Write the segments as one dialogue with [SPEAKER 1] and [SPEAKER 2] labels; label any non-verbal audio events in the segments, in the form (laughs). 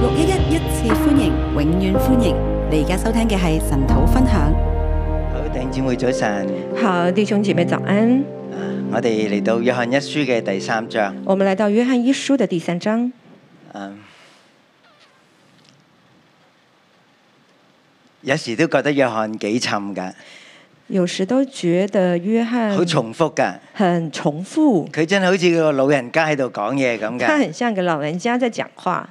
[SPEAKER 1] 六一一一次歡迎，永遠歡迎。你而家收聽嘅係神土分享。
[SPEAKER 2] 好，弟兄姊妹早晨，
[SPEAKER 3] 好，弟兄姐妹早安。
[SPEAKER 2] 啊我哋嚟到約翰一書嘅第三章。
[SPEAKER 3] 我们来到约翰一书的第三章。
[SPEAKER 2] 嗯，有時都覺得約翰幾沉㗎，
[SPEAKER 3] 有時都覺得約翰
[SPEAKER 2] 好重複㗎。
[SPEAKER 3] 很重複，
[SPEAKER 2] 佢真係好似個老人家喺度講嘢咁
[SPEAKER 3] 他
[SPEAKER 2] 㗎。
[SPEAKER 3] 很像個老人家在講話。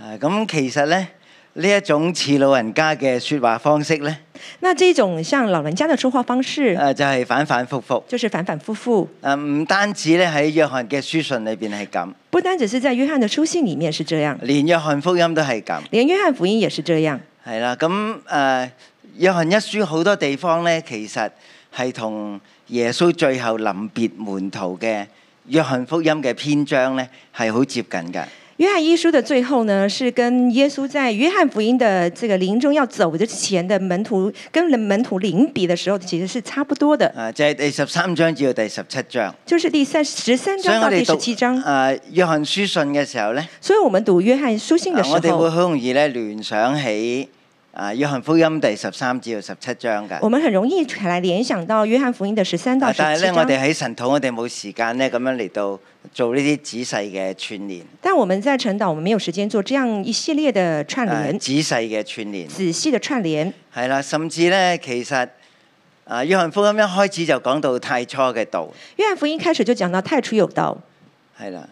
[SPEAKER 2] 啊，咁其實咧，呢一種似老人家嘅説話方式咧，
[SPEAKER 3] 那這種像老人家的說話方式，
[SPEAKER 2] 誒就係反反覆覆。
[SPEAKER 3] 就是反反复复，
[SPEAKER 2] 誒唔單止咧喺約翰嘅書信裏邊係咁，
[SPEAKER 3] 不單只是在約翰的書信裡面是這樣，
[SPEAKER 2] 連約翰福音都係咁。
[SPEAKER 3] 連約翰福音也是這樣。
[SPEAKER 2] 係啦，咁誒、呃、約翰一書好多地方咧，其實係同耶穌最後臨別門徒嘅約翰福音嘅篇章咧，係好接近㗎。
[SPEAKER 3] 約翰一書的最後呢，是跟耶穌在約翰福音的這個臨終要走之前的門徒跟門徒臨別的時候，其實是差不多的，
[SPEAKER 2] 啊，就係、第十三章至到第十七章。
[SPEAKER 3] 就是第三十三
[SPEAKER 2] 所以
[SPEAKER 3] 章
[SPEAKER 2] 我
[SPEAKER 3] 到第
[SPEAKER 2] 哋
[SPEAKER 3] 十
[SPEAKER 2] 讀
[SPEAKER 3] 七章
[SPEAKER 2] 誒、。呃、約翰書信嘅時候咧，
[SPEAKER 3] 所以我們讀約翰書信
[SPEAKER 2] 啊
[SPEAKER 3] 的時
[SPEAKER 2] 我哋會
[SPEAKER 3] 候，
[SPEAKER 2] 好容易咧聯想起啊約翰福音第十三至到十七章㗎。
[SPEAKER 3] 我們很容易來聯想到約翰福音的十三到
[SPEAKER 2] 啊
[SPEAKER 3] 十
[SPEAKER 2] 但係
[SPEAKER 3] 七
[SPEAKER 2] 啊咧，我哋
[SPEAKER 3] 章。
[SPEAKER 2] 喺神土，我哋冇時間咧咁樣嚟到做呢啲仔細嘅串連，
[SPEAKER 3] 但我們在晨島，我們沒有時間做這樣一系列的串
[SPEAKER 2] 啊
[SPEAKER 3] 聯，
[SPEAKER 2] 仔細嘅串連。
[SPEAKER 3] 仔細的串聯。
[SPEAKER 2] 係啦，甚至咧，其實啊，約翰福音一開始就講到太初嘅道，
[SPEAKER 3] 約翰福音開始就講到太初有道，
[SPEAKER 2] 係啦。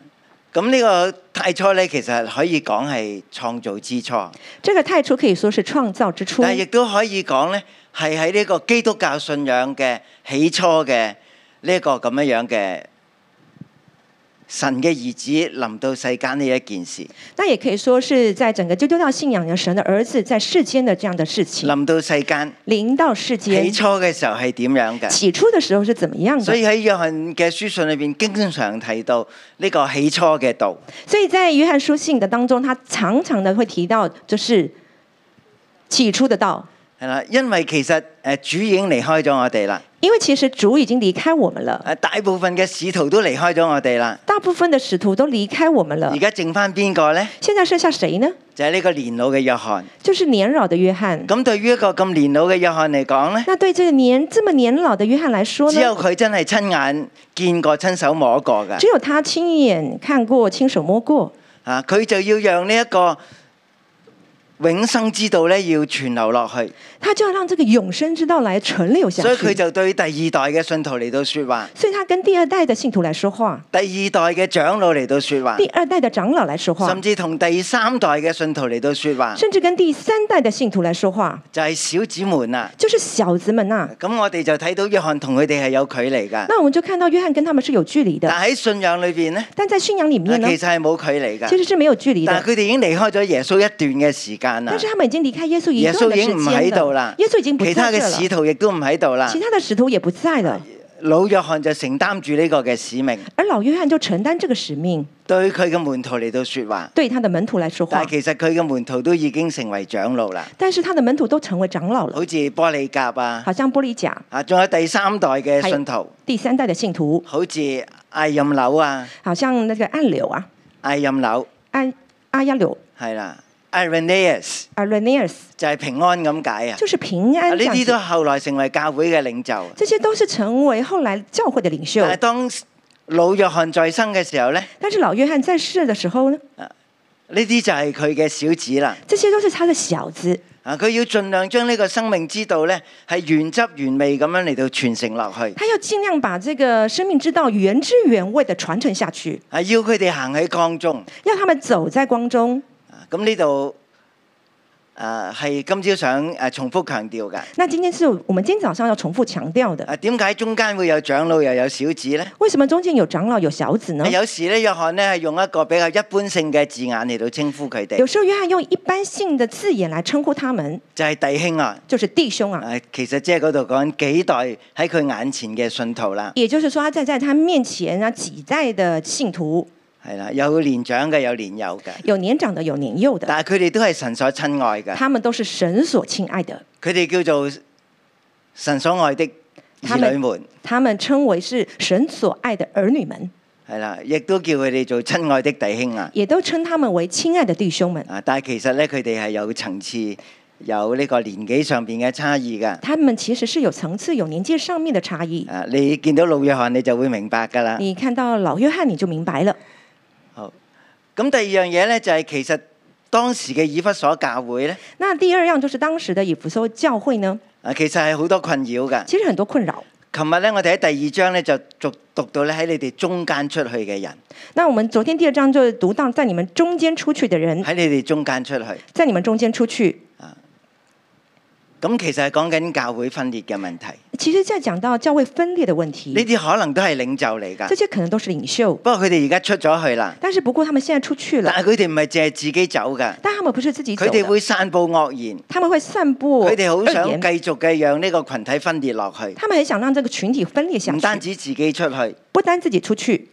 [SPEAKER 2] 咁呢個太初咧，其實可以講係創造之初，
[SPEAKER 3] 這個太初可以說是創造之初，
[SPEAKER 2] 但係亦都可以講咧，係喺呢個基督教信仰嘅起初嘅呢一個咁樣樣嘅神嘅兒子臨到世間呢一件事，
[SPEAKER 3] 那也可以說是在整個基督教信仰的神的兒子在世間的這樣的事情，
[SPEAKER 2] 臨到世間
[SPEAKER 3] 臨到世
[SPEAKER 2] 起
[SPEAKER 3] 間。
[SPEAKER 2] 初嘅時候係點樣嘅？
[SPEAKER 3] 起初的時候啊是啊怎麼樣
[SPEAKER 2] 所
[SPEAKER 3] 的？
[SPEAKER 2] 以喺約翰嘅書信裏邊，經常提到呢個起初嘅道。
[SPEAKER 3] 所以在約翰書信的當中，他常常的會提到，就是起初的道。
[SPEAKER 2] 係啦，因為其實誒主已經離開咗我哋啦，
[SPEAKER 3] 因為其實主已經離開我們了，
[SPEAKER 2] 誒大部分嘅使徒都離開咗我哋啦，
[SPEAKER 3] 大部分的使徒都離開我們了
[SPEAKER 2] 而。家剩翻邊個呢？
[SPEAKER 3] 現在剩下誰呢？
[SPEAKER 2] 就係呢個年老嘅約翰。
[SPEAKER 3] 就是年老的約翰。
[SPEAKER 2] 咁對於一個咁年老嘅約翰嚟講呢，
[SPEAKER 3] 那對這個年這麼年老的約翰來說
[SPEAKER 2] 只
[SPEAKER 3] 呢？
[SPEAKER 2] 有佢真係親眼見過、親手摸過㗎
[SPEAKER 3] 只。有他親眼看過、親手摸過，
[SPEAKER 2] 啊，佢就要讓呢一個永生之道呢要傳流落去，
[SPEAKER 3] 他就要讓這個永生之道來存留下
[SPEAKER 2] 所以
[SPEAKER 3] 去。
[SPEAKER 2] 佢就對第二代嘅信徒嚟到説話，
[SPEAKER 3] 所以他跟第二代的信徒來說話，
[SPEAKER 2] 第二代嘅長老嚟到説話，
[SPEAKER 3] 第二代的長老來說話
[SPEAKER 2] 甚，至同第三代嘅信徒嚟到説話，
[SPEAKER 3] 甚至跟第三代的信徒來說話，
[SPEAKER 2] 就係小子們啊。
[SPEAKER 3] 就是小子們呐、
[SPEAKER 2] 咁我哋就睇到約翰同佢哋係有距離㗎，
[SPEAKER 3] 那我們就看到約翰跟他們是有距離
[SPEAKER 2] 但
[SPEAKER 3] 的，
[SPEAKER 2] 喺信仰裏邊咧，
[SPEAKER 3] 但在信仰裡面呢
[SPEAKER 2] 其實，係冇距離
[SPEAKER 3] 其
[SPEAKER 2] 㗎。
[SPEAKER 3] 實是沒有距離的
[SPEAKER 2] 但。係佢哋已經離開咗耶穌一段嘅時間啦
[SPEAKER 3] 但，是他們已經離開耶穌一
[SPEAKER 2] 耶
[SPEAKER 3] 段
[SPEAKER 2] 穌
[SPEAKER 3] 的
[SPEAKER 2] 已
[SPEAKER 3] 時
[SPEAKER 2] 經唔
[SPEAKER 3] 間
[SPEAKER 2] 喺度啦
[SPEAKER 3] 了，耶穌已經不
[SPEAKER 2] 其他
[SPEAKER 3] 在
[SPEAKER 2] 嘅
[SPEAKER 3] 這
[SPEAKER 2] 使
[SPEAKER 3] 了，
[SPEAKER 2] 徒亦啊都唔喺度啦
[SPEAKER 3] 其。他的使徒也不在了，
[SPEAKER 2] 老約翰就承擔住呢個嘅使命，
[SPEAKER 3] 而老約翰就承擔這個使命，
[SPEAKER 2] 對佢嘅門徒嚟到説話。
[SPEAKER 3] 對他的門徒來說
[SPEAKER 2] 但
[SPEAKER 3] 話
[SPEAKER 2] 係。其實佢嘅門徒都已經成為長老啦，
[SPEAKER 3] 但是他的門徒都成為長老了，
[SPEAKER 2] 好似波利甲啊，
[SPEAKER 3] 好像玻璃甲
[SPEAKER 2] 啊，仲有第三代嘅信徒，
[SPEAKER 3] 第三代的信徒，
[SPEAKER 2] 好似艾任紐啊，
[SPEAKER 3] 好像那個暗柳啊，
[SPEAKER 2] 艾任紐
[SPEAKER 3] 安阿亞柳
[SPEAKER 2] 係啦，Irenaeus
[SPEAKER 3] 啊 r e n e u s
[SPEAKER 2] 就係平安咁解啊。
[SPEAKER 3] 就是平
[SPEAKER 2] 啊
[SPEAKER 3] 安
[SPEAKER 2] 呢
[SPEAKER 3] 這樣
[SPEAKER 2] 啲
[SPEAKER 3] 子
[SPEAKER 2] 都後來成為教會嘅領袖。
[SPEAKER 3] 這些都是成為後來教會的領袖
[SPEAKER 2] 但。係當老約翰在生嘅時候咧，
[SPEAKER 3] 但是老約翰在世的時候呢，
[SPEAKER 2] 呢啲就係佢嘅小子啦。
[SPEAKER 3] 這些都是他的小子，
[SPEAKER 2] 啊，佢要盡量將呢個生命之道咧，係原汁原味咁樣嚟到傳承落去。
[SPEAKER 3] 他要盡量把這個生命之道原汁原味的傳承下去，
[SPEAKER 2] 啊，要佢哋行喺光中。
[SPEAKER 3] 讓他們走在光中。
[SPEAKER 2] 啊咁呢度啊係今朝想誒重複強調嘅。
[SPEAKER 3] 那今天是我們今天早上要重複強調的，
[SPEAKER 2] 啊，點解中間會有長老又有小子咧？
[SPEAKER 3] 為什麼中間有長老有小子呢
[SPEAKER 2] 啊？有時咧，約翰咧係用一個比較一般性嘅字眼嚟到稱呼佢哋
[SPEAKER 3] 有，時候約翰用一般性的字眼來稱呼他們，
[SPEAKER 2] 就係弟兄啊。
[SPEAKER 3] 就是弟兄啊。
[SPEAKER 2] 誒，其實即係嗰度講緊幾代喺佢眼前嘅信徒啦，
[SPEAKER 3] 也就是說，他站在他面前啊，幾代的信徒，
[SPEAKER 2] 係啦，有年長嘅，有年幼嘅，
[SPEAKER 3] 有年長的，有年
[SPEAKER 2] (laughs)
[SPEAKER 3] 幼的，
[SPEAKER 2] 但係佢哋都係神所親愛嘅，
[SPEAKER 3] 嗯他們都是神所親愛的，
[SPEAKER 2] 佢哋叫做神所愛的兒女們
[SPEAKER 3] 他們稱為是神所愛的兒女們。
[SPEAKER 2] 係啦，亦都叫佢哋做親愛的弟兄啊。
[SPEAKER 3] 也都称他们为亲爱的弟兄们。
[SPEAKER 2] 啊，但係其實咧，佢哋係有層次，有呢個年紀上邊嘅差異㗎。
[SPEAKER 3] 他们其實是有層次、有年紀上面的差異。
[SPEAKER 2] 啊，你見到老約翰，你就會明白㗎啦。
[SPEAKER 3] 你看到老約翰你就明白了。
[SPEAKER 2] 好，咁第二樣嘢咧就係、其實當時嘅以弗所教會咧，
[SPEAKER 3] 那第二樣就是當時的以弗所教會呢，
[SPEAKER 2] 啊其實係好多困擾㗎。
[SPEAKER 3] 其實很多困擾。
[SPEAKER 2] 琴日咧，我哋喺第二章咧就逐讀到咧喺你哋中間出去嘅人，
[SPEAKER 3] 那我們昨天第二章就讀到，在你們中間出去的人，
[SPEAKER 2] 喺你哋中間出去。
[SPEAKER 3] 在你們中間出去，
[SPEAKER 2] 咁其實係講緊教會分裂嘅問題，呢
[SPEAKER 3] 其實在講到教會分裂的問題，
[SPEAKER 2] 啲可能都係領袖嚟
[SPEAKER 3] 這
[SPEAKER 2] 㗎。
[SPEAKER 3] 些可能都是領袖，
[SPEAKER 2] 不過佢哋而家出咗去啦，
[SPEAKER 3] 但是不過他們現在出去
[SPEAKER 2] 但
[SPEAKER 3] 了，
[SPEAKER 2] 係佢哋唔係淨係自己走㗎，
[SPEAKER 3] 但他們不是自己走哦
[SPEAKER 2] 佢哋
[SPEAKER 3] 的，
[SPEAKER 2] 會散佈惡言，
[SPEAKER 3] 他們會散布
[SPEAKER 2] 佢哋好想
[SPEAKER 3] 惡
[SPEAKER 2] 繼
[SPEAKER 3] 言，
[SPEAKER 2] 續嘅讓呢個群體分裂落去，
[SPEAKER 3] 他們很想讓這個群體分裂下
[SPEAKER 2] 唔單
[SPEAKER 3] 去，
[SPEAKER 2] 止自己出去，
[SPEAKER 3] 不單自己出去，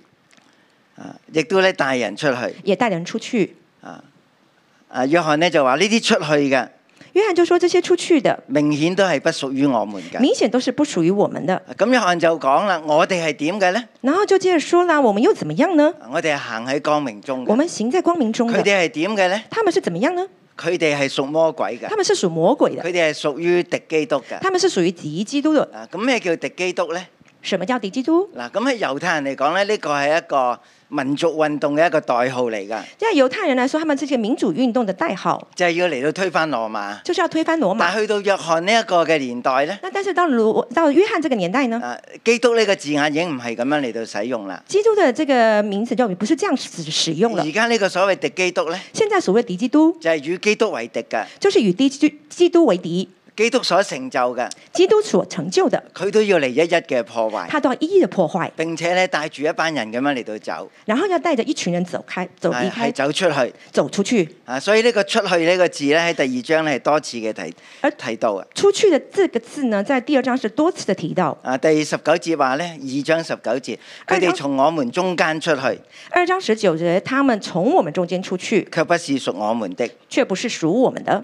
[SPEAKER 2] 啊，亦都咧帶人出去。
[SPEAKER 3] 也帶人出去。
[SPEAKER 2] 啊，約翰呢就話呢啲出去嘅，
[SPEAKER 3] 約翰就說這些出去的，
[SPEAKER 2] 明顯都係不屬於我們嘅。
[SPEAKER 3] 明顯都是不屬於我們的。
[SPEAKER 2] 咁約翰就講啦，我哋係點嘅呢？
[SPEAKER 3] 然後就接着說啦，我們又怎麼樣呢？
[SPEAKER 2] 我哋係行喺光明中
[SPEAKER 3] 我
[SPEAKER 2] 嘅。
[SPEAKER 3] 們行在光明中
[SPEAKER 2] 佢
[SPEAKER 3] 的，
[SPEAKER 2] 哋係點嘅呢？
[SPEAKER 3] 他們是怎麼樣呢？
[SPEAKER 2] 佢哋係屬魔鬼嘅
[SPEAKER 3] 他，們是屬魔鬼的，
[SPEAKER 2] 佢哋係屬於敵基督嘅。
[SPEAKER 3] 他們是屬於敵基督的。
[SPEAKER 2] 啊，咁咩叫敵基督呢？
[SPEAKER 3] 什麼叫敵基督？
[SPEAKER 2] 嗱，咁喺猶太人嚟講咧，呢個係一個民族運動嘅一個代號嚟㗎，
[SPEAKER 3] 在猶太人來說，他們這些民主運動的代號
[SPEAKER 2] 就係要嚟到推翻羅馬。
[SPEAKER 3] 就是要推翻羅
[SPEAKER 2] 但
[SPEAKER 3] 馬。
[SPEAKER 2] 去到約翰呢一個嘅年代咧，
[SPEAKER 3] 那但是到羅到約翰這個年代呢，
[SPEAKER 2] 啊，基督呢個字眼已經唔係咁樣嚟到使用啦。
[SPEAKER 3] 基督的這個名詞就不是這樣使使用了
[SPEAKER 2] 而。家呢個所謂敵基督咧，
[SPEAKER 3] 現在所謂敵基督，
[SPEAKER 2] 就係與基督為敵嘅，
[SPEAKER 3] 就是與敵基基督為敵，
[SPEAKER 2] 基督所成就嘅，
[SPEAKER 3] 基督所成就的，
[SPEAKER 2] 佢都要嚟一一嘅破壞。
[SPEAKER 3] 他都要一一的破壞，
[SPEAKER 2] 並且咧帶住一班人咁樣嚟到走，
[SPEAKER 3] 然後要帶着一群人走開，走離
[SPEAKER 2] 係係
[SPEAKER 3] 開，
[SPEAKER 2] 走出去
[SPEAKER 3] 走出去。
[SPEAKER 2] 啊！所以呢個出去呢個字咧喺第二章咧係多次嘅提
[SPEAKER 3] 而
[SPEAKER 2] 提到嘅。
[SPEAKER 3] 出去的這個字呢，在第二章是多次的提到。
[SPEAKER 2] 啊，第十九節話咧，二章十九節，佢
[SPEAKER 3] 啊
[SPEAKER 2] 哋從我們中間出去，
[SPEAKER 3] 二章十九節，他們從我們中間出去，
[SPEAKER 2] 卻不是屬我們的。
[SPEAKER 3] 卻不是屬我們的。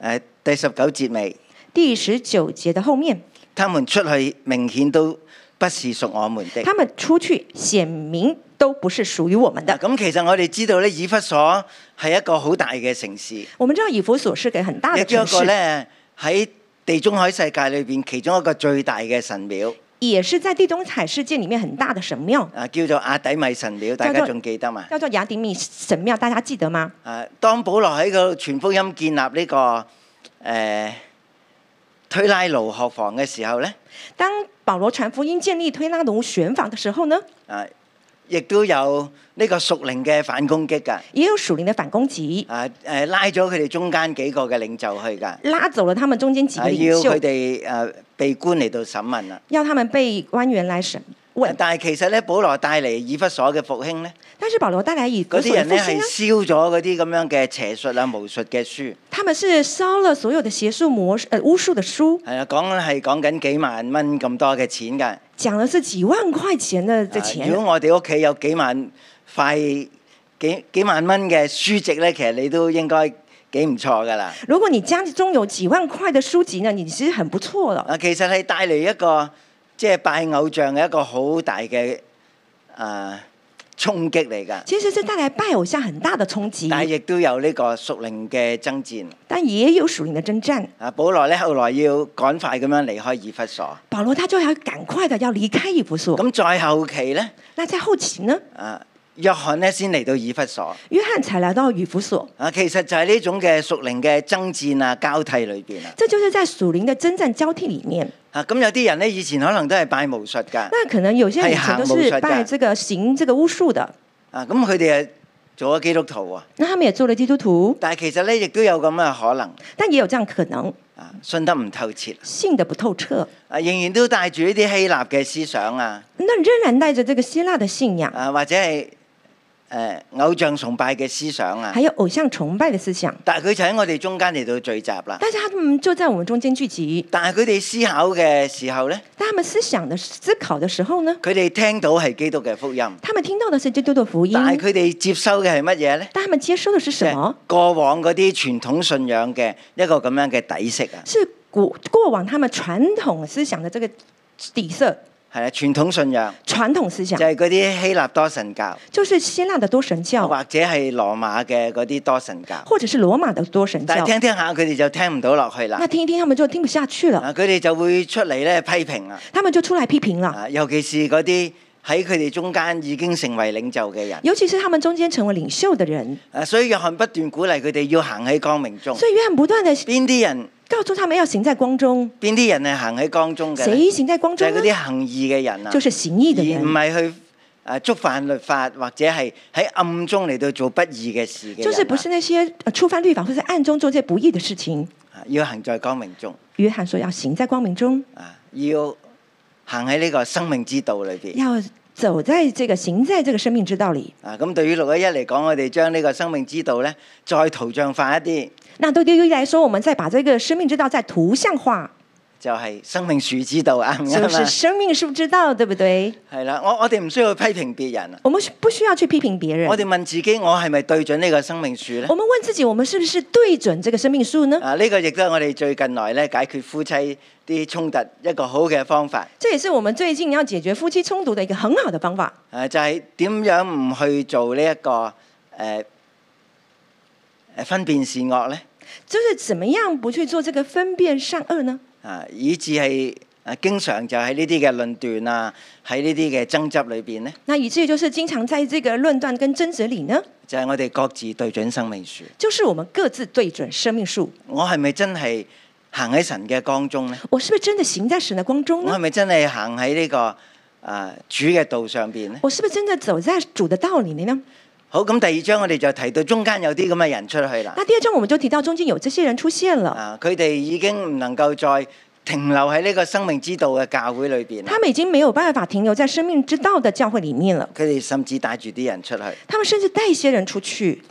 [SPEAKER 2] 誒、第十九節尾，
[SPEAKER 3] 第十九節的後面，
[SPEAKER 2] 他們出去明顯都不是屬我們的。
[SPEAKER 3] 他們出去顯明都不是屬於我們
[SPEAKER 2] 嗱，
[SPEAKER 3] 的。
[SPEAKER 2] 啊咁其實我哋知道咧，以弗所係一個好大嘅城市，亦
[SPEAKER 3] 我們知道以弗所是個很大的
[SPEAKER 2] 都一
[SPEAKER 3] 城
[SPEAKER 2] 個
[SPEAKER 3] 市，
[SPEAKER 2] 咧喺地中海世界裏邊其中一個最大嘅神廟，
[SPEAKER 3] 也是在地中海世界裡面很大的神廟，
[SPEAKER 2] 啊，叫做亞底米神廟，大家仲記得嘛？
[SPEAKER 3] 叫做雅典米神廟，大家記得嗎？
[SPEAKER 2] 啊，當保羅喺個傳福音建立呢、個誒、推拉奴學房嘅時候咧，
[SPEAKER 3] 當保羅傳福音建立推拉奴玄法的時候呢，
[SPEAKER 2] 啊，亦都有呢個屬靈嘅反攻擊㗎。
[SPEAKER 3] 也有屬靈的反攻擊，
[SPEAKER 2] 啊誒，拉咗佢哋中間幾個嘅領袖去㗎，啊
[SPEAKER 3] 拉走了他們中間幾個
[SPEAKER 2] 要
[SPEAKER 3] 領
[SPEAKER 2] 佢
[SPEAKER 3] 袖，
[SPEAKER 2] 哋誒被官嚟到審問啦。
[SPEAKER 3] 要他們被官員來審問。
[SPEAKER 2] 但係其實咧，保羅帶嚟以弗所嘅復興咧，
[SPEAKER 3] 但是保羅帶來以弗
[SPEAKER 2] 嗰
[SPEAKER 3] 所
[SPEAKER 2] 啲
[SPEAKER 3] 的
[SPEAKER 2] 人
[SPEAKER 3] 復
[SPEAKER 2] 咧係
[SPEAKER 3] 興呢，
[SPEAKER 2] 燒咗嗰啲咁樣嘅邪術啊、巫術嘅書，
[SPEAKER 3] 他們是燒了所有的邪術、魔呃巫術的書，
[SPEAKER 2] 係啊，講係講緊幾萬蚊咁多嘅錢㗎。
[SPEAKER 3] 講的是幾萬塊錢的的
[SPEAKER 2] 啊
[SPEAKER 3] 錢。
[SPEAKER 2] 如果我哋屋企有幾萬塊幾幾萬蚊嘅書籍咧，其實你都應該幾唔錯㗎啦。
[SPEAKER 3] 如果你家中有幾萬塊的書籍呢，你其實很不錯了。
[SPEAKER 2] 啊，其實係帶嚟一個即係拜偶像嘅一個好大嘅啊衝擊嚟㗎，
[SPEAKER 3] 其實是帶來拜偶像很大的衝
[SPEAKER 2] 但係
[SPEAKER 3] 擊，
[SPEAKER 2] 亦都有呢個屬靈嘅爭戰。
[SPEAKER 3] 但也有屬靈的征戰。
[SPEAKER 2] 啊，保羅咧後來要趕快咁樣離開以弗所，
[SPEAKER 3] 保羅他就要趕快的要離開以弗所。
[SPEAKER 2] 咁再後期咧，
[SPEAKER 3] 那在後期呢，
[SPEAKER 2] 啊，約翰咧先嚟到以弗所。
[SPEAKER 3] 約翰才來到以弗所。
[SPEAKER 2] 啊，其實就係呢種嘅屬靈嘅爭戰啊、交替裏邊啊。
[SPEAKER 3] 這就是在屬靈的征戰交替裡面，
[SPEAKER 2] 啊，咁有啲人咧以前可能都係拜巫術㗎。
[SPEAKER 3] 那可能有些人以前都是拜這個行這個巫術的，
[SPEAKER 2] 啊，咁佢哋係做咗基督徒啊，
[SPEAKER 3] 那他們也做了基督徒，
[SPEAKER 2] 但係其實咧亦都有咁嘅可能
[SPEAKER 3] 但也有這樣可能，
[SPEAKER 2] 啊，信得唔透徹
[SPEAKER 3] 信得不透徹，
[SPEAKER 2] 啊，仍然都帶住呢啲希臘嘅思想啊，
[SPEAKER 3] 那仍然帶着這個希臘的信仰，
[SPEAKER 2] 啊或者係誒、呃偶像崇拜嘅思想啊，
[SPEAKER 3] 還有偶像崇拜的思想。
[SPEAKER 2] 但係佢就喺我哋中間嚟到聚集啦。
[SPEAKER 3] 但是他們就在我們中間聚集，
[SPEAKER 2] 但係佢哋思考嘅時候咧，
[SPEAKER 3] 當他們思想的思考的時候呢，
[SPEAKER 2] 佢哋聽到係基督嘅福音，
[SPEAKER 3] 他們聽到的是基督的福音，
[SPEAKER 2] 但係
[SPEAKER 3] 但
[SPEAKER 2] 佢哋接收嘅係乜嘢咧？
[SPEAKER 3] 他們接收的是
[SPEAKER 2] 即
[SPEAKER 3] 什
[SPEAKER 2] 係
[SPEAKER 3] 麼？
[SPEAKER 2] 過往嗰啲傳統信仰嘅一個咁樣嘅底色啊。
[SPEAKER 3] 是過過往他們傳統思想的這個底色。
[SPEAKER 2] 係啦，傳統信仰
[SPEAKER 3] 传统思
[SPEAKER 2] 就
[SPEAKER 3] 想，
[SPEAKER 2] 係嗰啲希臘多神教，
[SPEAKER 3] 就是希腊的多神教，
[SPEAKER 2] 或者係羅馬嘅嗰啲多神教。
[SPEAKER 3] 或者是羅馬的多神
[SPEAKER 2] 但係
[SPEAKER 3] 教。
[SPEAKER 2] 聽聽下，佢哋就聽唔到落去啦
[SPEAKER 3] 那。听一听，他们就听不下去了，
[SPEAKER 2] 啊，佢哋就會出嚟咧批評啊！
[SPEAKER 3] 他们就出来批评了。
[SPEAKER 2] 啊，尤其是嗰啲喺佢哋中間已經成為領袖嘅人。
[SPEAKER 3] 尤其是他们中間成為領袖的人，
[SPEAKER 2] 啊，所以約翰不斷鼓勵佢哋要行喺光明中。
[SPEAKER 3] 所以約翰不斷的
[SPEAKER 2] 邊啲人？
[SPEAKER 3] 告訴他們要行在光中。
[SPEAKER 2] 邊啲人係行喺光中嘅咧？
[SPEAKER 3] 誰行在光
[SPEAKER 2] 就
[SPEAKER 3] 中
[SPEAKER 2] 係嗰
[SPEAKER 3] 呢？
[SPEAKER 2] 啲行義嘅人啊，
[SPEAKER 3] 就是行義的
[SPEAKER 2] 而唔
[SPEAKER 3] 人，
[SPEAKER 2] 係去誒觸犯律法或者係喺暗中嚟到做不義嘅事嘅人啊。
[SPEAKER 3] 就是不是那些呃觸犯律法或是暗中做这些不義的事情。
[SPEAKER 2] 啊要行在光明中
[SPEAKER 3] 约翰说要行在光明中，
[SPEAKER 2] 啊，要行喺呢個生命之道裏邊。
[SPEAKER 3] 要走在这个行在這個生命之道里。
[SPEAKER 2] 啊，咁對於六一一嚟講，我哋將呢個生命之道咧，再圖像化一啲，
[SPEAKER 3] 那對於一來說，我們再把這個生命之道再圖像化，
[SPEAKER 2] 就係、生命樹之道，啱唔
[SPEAKER 3] 就
[SPEAKER 2] 啱
[SPEAKER 3] 是
[SPEAKER 2] 啊？
[SPEAKER 3] 生命樹之道，對不對？
[SPEAKER 2] 係啦，我我哋唔需要去批評別人啊，
[SPEAKER 3] 我們不需要去批評別人
[SPEAKER 2] 我，哋問自己，我係咪對準呢個生命樹咧
[SPEAKER 3] 我？們問自己，我們是不是對準這個生命樹呢？
[SPEAKER 2] 啊！呢、個亦都係我哋最近來咧解決夫妻啲衝突一個好嘅方法。
[SPEAKER 3] 這也是我們最近要解決夫妻衝突的一個很好的方法，
[SPEAKER 2] 誒、啊就係點樣唔去做呢、一個誒誒、呃分辨善惡咧？
[SPEAKER 3] 就是怎麼樣不去做這個分辨善惡呢？
[SPEAKER 2] 啊，以至係誒經常就喺呢啲嘅論斷啊，喺呢啲嘅爭執裏邊咧，
[SPEAKER 3] 那以至於就是經常在這個論斷跟爭執裡呢，
[SPEAKER 2] 就係、我哋各自對準生命樹。
[SPEAKER 3] 就是我們各自對準生命樹，
[SPEAKER 2] 我係咪真係行喺神嘅光中咧？
[SPEAKER 3] 我是不是真的行在神的光中
[SPEAKER 2] 我係
[SPEAKER 3] 呢？
[SPEAKER 2] 咪真係行喺呢、個啊主嘅道上邊咧？
[SPEAKER 3] 我是不是真的走在主的道裡呢？
[SPEAKER 2] 好，咁第二章我哋就提到中間有啲咁嘅人出去啦。
[SPEAKER 3] 那第二章我們就提到中間有這些人出現了，
[SPEAKER 2] 啊，佢哋已經唔能夠再停留喺呢個生命之道嘅教會裏邊啦
[SPEAKER 3] 他們已經沒有辦法停留在生命之道的教會裡面了，
[SPEAKER 2] 佢哋甚至帶住啲人出去。
[SPEAKER 3] 他們甚至帶一些人出去。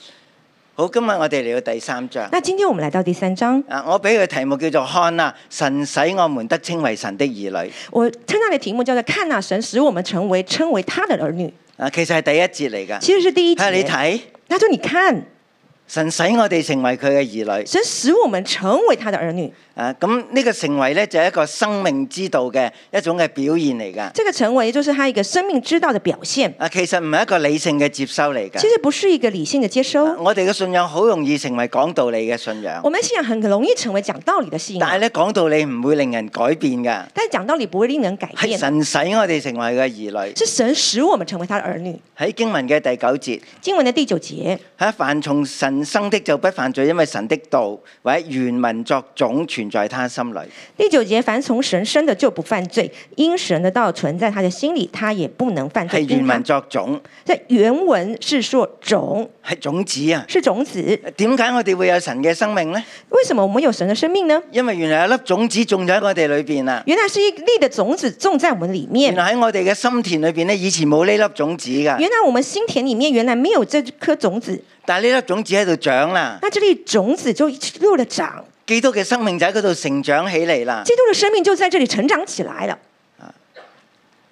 [SPEAKER 2] 好，今日我哋嚟到第三章。
[SPEAKER 3] 那今天我們來到第三章，
[SPEAKER 2] 啊，我俾佢題目叫做看啊，神使我們得稱為神的兒女。
[SPEAKER 3] 我稱它的題目叫做“看那神使我們成為称為他的兒女
[SPEAKER 2] 啊，其實係第一節嚟”，㗎。
[SPEAKER 3] 其實是第一
[SPEAKER 2] 睇下你
[SPEAKER 3] 節。
[SPEAKER 2] 睇，
[SPEAKER 3] 他說：“你看，
[SPEAKER 2] 神使我哋成為佢嘅兒女。
[SPEAKER 3] 神使我們成為他的兒女，
[SPEAKER 2] 啊，咁呢個成為呢，就係、一個生命之道嘅一種嘅表現嚟㗎。
[SPEAKER 3] 這個成為就是他一個生命之道的表現，
[SPEAKER 2] 啊，其實唔係一個理性嘅接收嚟㗎。
[SPEAKER 3] 其實不是一個理性的接
[SPEAKER 2] 啊
[SPEAKER 3] 收。
[SPEAKER 2] 我哋嘅信仰好容易成為講道理嘅信仰，
[SPEAKER 3] 我們的信仰很容易成為講道理的信
[SPEAKER 2] 但係
[SPEAKER 3] 仰，
[SPEAKER 2] 咧講道理唔會令人改變㗎。
[SPEAKER 3] 但講道理不會令人改
[SPEAKER 2] 係
[SPEAKER 3] 變，
[SPEAKER 2] 神使我哋成為佢嘅兒女。
[SPEAKER 3] 是神使我們成為他的兒女。”
[SPEAKER 2] 喺經文嘅第九節，
[SPEAKER 3] 經文的第九節，
[SPEAKER 2] 嚇啊凡從神生的就不犯罪，因為神的道或者原文作種存在他心裏。
[SPEAKER 3] 第九節，凡從神生的就不犯罪，因神的道存在他的心裡，他也不能犯罪。
[SPEAKER 2] 係原
[SPEAKER 3] 因他
[SPEAKER 2] 文作種，
[SPEAKER 3] 在原文是說種
[SPEAKER 2] 係種子啊。
[SPEAKER 3] 是種子，
[SPEAKER 2] 點解我哋會有神嘅生命呢？
[SPEAKER 3] 為什麼我們有神的生命呢？
[SPEAKER 2] 因為原來有粒種子種咗喺我哋裏邊啦。
[SPEAKER 3] 原來是一粒的種子種在我們裡面
[SPEAKER 2] 原。來喺我哋嘅心田裏邊咧，以前冇呢粒種子㗎，
[SPEAKER 3] 原來我們心田裡面原來沒有這顆種子，
[SPEAKER 2] 但係呢粒種子喺度長啦。
[SPEAKER 3] 那這粒種子就又了長，
[SPEAKER 2] 基督嘅生命就喺嗰度成長起嚟啦。
[SPEAKER 3] 基督的生命就在這裡成長起來了。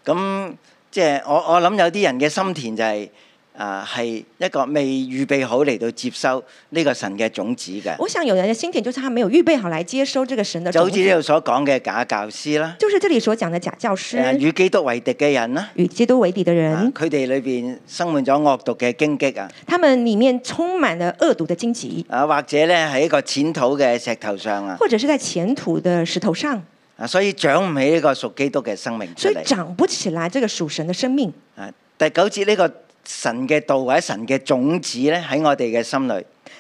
[SPEAKER 2] 咁即係我我諗有啲人嘅心田就係、啊，係一個未預備好嚟到接收呢個神嘅種子嘅，
[SPEAKER 3] 我想有人的心田就是他沒有預備好來接收這個神的
[SPEAKER 2] 就
[SPEAKER 3] 種
[SPEAKER 2] 好似呢
[SPEAKER 3] 子，
[SPEAKER 2] 度所講嘅假教師啦，
[SPEAKER 3] 就是這裡所講的假教
[SPEAKER 2] 誒
[SPEAKER 3] 師
[SPEAKER 2] 與基督為敵嘅人啦，
[SPEAKER 3] 與基督為敵的
[SPEAKER 2] 哎啊
[SPEAKER 3] 人，
[SPEAKER 2] 佢哋裏邊生滿咗惡毒嘅荊棘啊，
[SPEAKER 3] 他們裡面充滿了惡毒的荊棘，
[SPEAKER 2] 啊或者咧喺一個淺土嘅石頭上啊，
[SPEAKER 3] 或者是在前土的石頭上，
[SPEAKER 2] 啊所以長唔起呢個屬基督嘅生命出
[SPEAKER 3] 所以
[SPEAKER 2] 嚟。
[SPEAKER 3] 長不起來這個屬神的生命。
[SPEAKER 2] 啊第九節呢個神嘅道或者神嘅種子咧喺我哋嘅心裏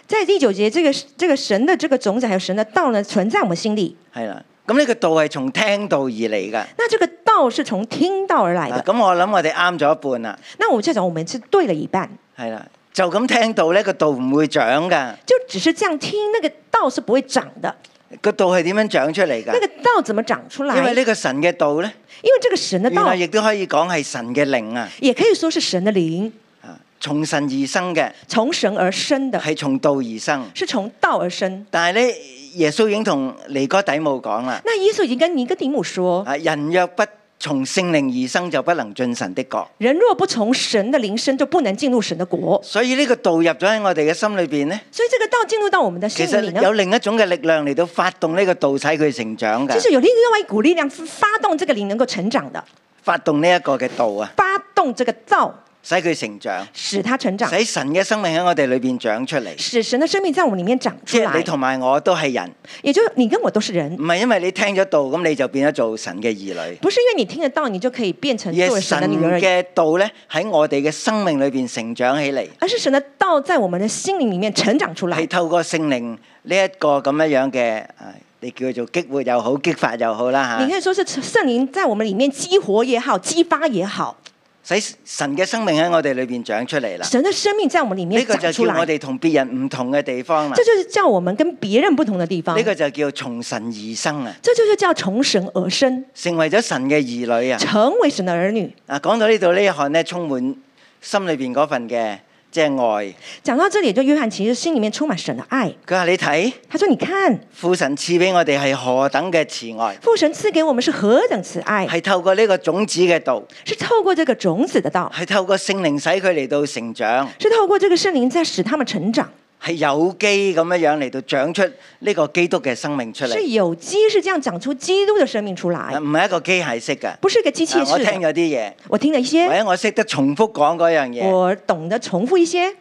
[SPEAKER 3] 在第九節，這個這個神的這個種子還有神的道呢，存在我們心裡。
[SPEAKER 2] 係啦，咁呢個道係從聽道而嚟㗎。
[SPEAKER 3] 那這個道是從聽道而來
[SPEAKER 2] 啊
[SPEAKER 3] 的。
[SPEAKER 2] 咁我諗我哋啱咗一半啦，
[SPEAKER 3] 那我們就講，我們是對了一半，
[SPEAKER 2] 係啦，就咁聽到呢個道唔會長噶，
[SPEAKER 3] 就只是這樣聽，那個道是不會長的。
[SPEAKER 2] 個道係點樣長出嚟
[SPEAKER 3] 那
[SPEAKER 2] 㗎？
[SPEAKER 3] 個道怎麼長出來？
[SPEAKER 2] 啊因為呢個神嘅道呢，
[SPEAKER 3] 因為這個神的
[SPEAKER 2] 原
[SPEAKER 3] 道
[SPEAKER 2] 來亦都可以講係神嘅靈啊，
[SPEAKER 3] 也可以說是神的靈，
[SPEAKER 2] 啊，從神而生嘅，
[SPEAKER 3] 從神而生的，
[SPEAKER 2] 係從道而生。
[SPEAKER 3] 是從道而生。
[SPEAKER 2] 但係呢，耶穌已經同尼哥底母講啦，
[SPEAKER 3] 那耶穌已經跟尼哥底母說：
[SPEAKER 2] 啊，人若不從聖靈而生，就不能進神的國。
[SPEAKER 3] 人若不從神的靈生，就不能進入神的國。
[SPEAKER 2] 所以呢個道入咗喺我哋嘅心裏邊呢，
[SPEAKER 3] 所以這個道進入到我們的心
[SPEAKER 2] 其
[SPEAKER 3] 裡
[SPEAKER 2] 實
[SPEAKER 3] 呢
[SPEAKER 2] 有，另一種嘅力量嚟到發動呢個道，使佢成長
[SPEAKER 3] 就
[SPEAKER 2] 㗎。
[SPEAKER 3] 是有另外一股力量發動這個靈能夠成長的。
[SPEAKER 2] 發動呢一個嘅道啊，
[SPEAKER 3] 发动这个道，
[SPEAKER 2] 使佢成長，
[SPEAKER 3] 使他成长，
[SPEAKER 2] 使神嘅生命喺我哋裏邊長出嚟。
[SPEAKER 3] 使神的生命在我们里面长出
[SPEAKER 2] 即係
[SPEAKER 3] 来
[SPEAKER 2] 你。同埋我都係人，
[SPEAKER 3] 也就是你跟我都是人
[SPEAKER 2] 唔，係因為你聽咗道咁你就變咗做神嘅兒女。
[SPEAKER 3] 不是因为你听得到你就可以变成
[SPEAKER 2] 而
[SPEAKER 3] 做
[SPEAKER 2] 係
[SPEAKER 3] 神
[SPEAKER 2] 神
[SPEAKER 3] 的女儿而已，
[SPEAKER 2] 嘅道咧喺我哋嘅生命裏邊成長起嚟，
[SPEAKER 3] 而是神的道在我们的心灵里面成长出来
[SPEAKER 2] 係。透過聖靈呢一個咁樣樣嘅，啊你叫佢做激活又好，激發又好啦
[SPEAKER 3] 你可以说是圣灵在我们里面激活也好，激发也好，
[SPEAKER 2] 嚇，使神嘅生命喺我哋裏邊長出嚟啦。
[SPEAKER 3] 神的生命在我们里
[SPEAKER 2] 呢
[SPEAKER 3] 面
[SPEAKER 2] 個
[SPEAKER 3] 长
[SPEAKER 2] 就
[SPEAKER 3] 出
[SPEAKER 2] 叫我
[SPEAKER 3] 来。
[SPEAKER 2] 哋同別人唔同嘅地方啦
[SPEAKER 3] 这。就是叫我们跟别人不同的地方
[SPEAKER 2] 呢。個就叫從神而生啊，
[SPEAKER 3] 这就是叫从神而生，
[SPEAKER 2] 成為咗神嘅兒女啊。
[SPEAKER 3] 成为神的儿女。
[SPEAKER 2] 啊，講到呢度呢一項咧，充滿心裏邊嗰份嘅即係愛。
[SPEAKER 3] 讲到这里，就约翰其实心里面充满神的爱。
[SPEAKER 2] 佢話你睇
[SPEAKER 3] 他说：“你看，
[SPEAKER 2] 父神賜俾我哋係何等嘅慈愛，
[SPEAKER 3] 父神赐给我们是何等慈爱，
[SPEAKER 2] 係透過呢個種子嘅道。
[SPEAKER 3] 是透过这个种子的道，
[SPEAKER 2] 係透過聖靈使佢嚟到成長，
[SPEAKER 3] 是透过这个圣灵在使他们成长，
[SPEAKER 2] 係有機咁樣樣嚟到長出呢個基督嘅生命出嚟，
[SPEAKER 3] 是有机是这样长出基督的生命出
[SPEAKER 2] 啊
[SPEAKER 3] 来，
[SPEAKER 2] 唔係一個機械式嘅。啊
[SPEAKER 3] 不是一个机械
[SPEAKER 2] 我
[SPEAKER 3] 式
[SPEAKER 2] 聽
[SPEAKER 3] 的。
[SPEAKER 2] 咗啲
[SPEAKER 3] 我听了一
[SPEAKER 2] 嘢，或
[SPEAKER 3] 些，
[SPEAKER 2] 者我識得重複講嗰樣嘢，
[SPEAKER 3] 我懂得重复一些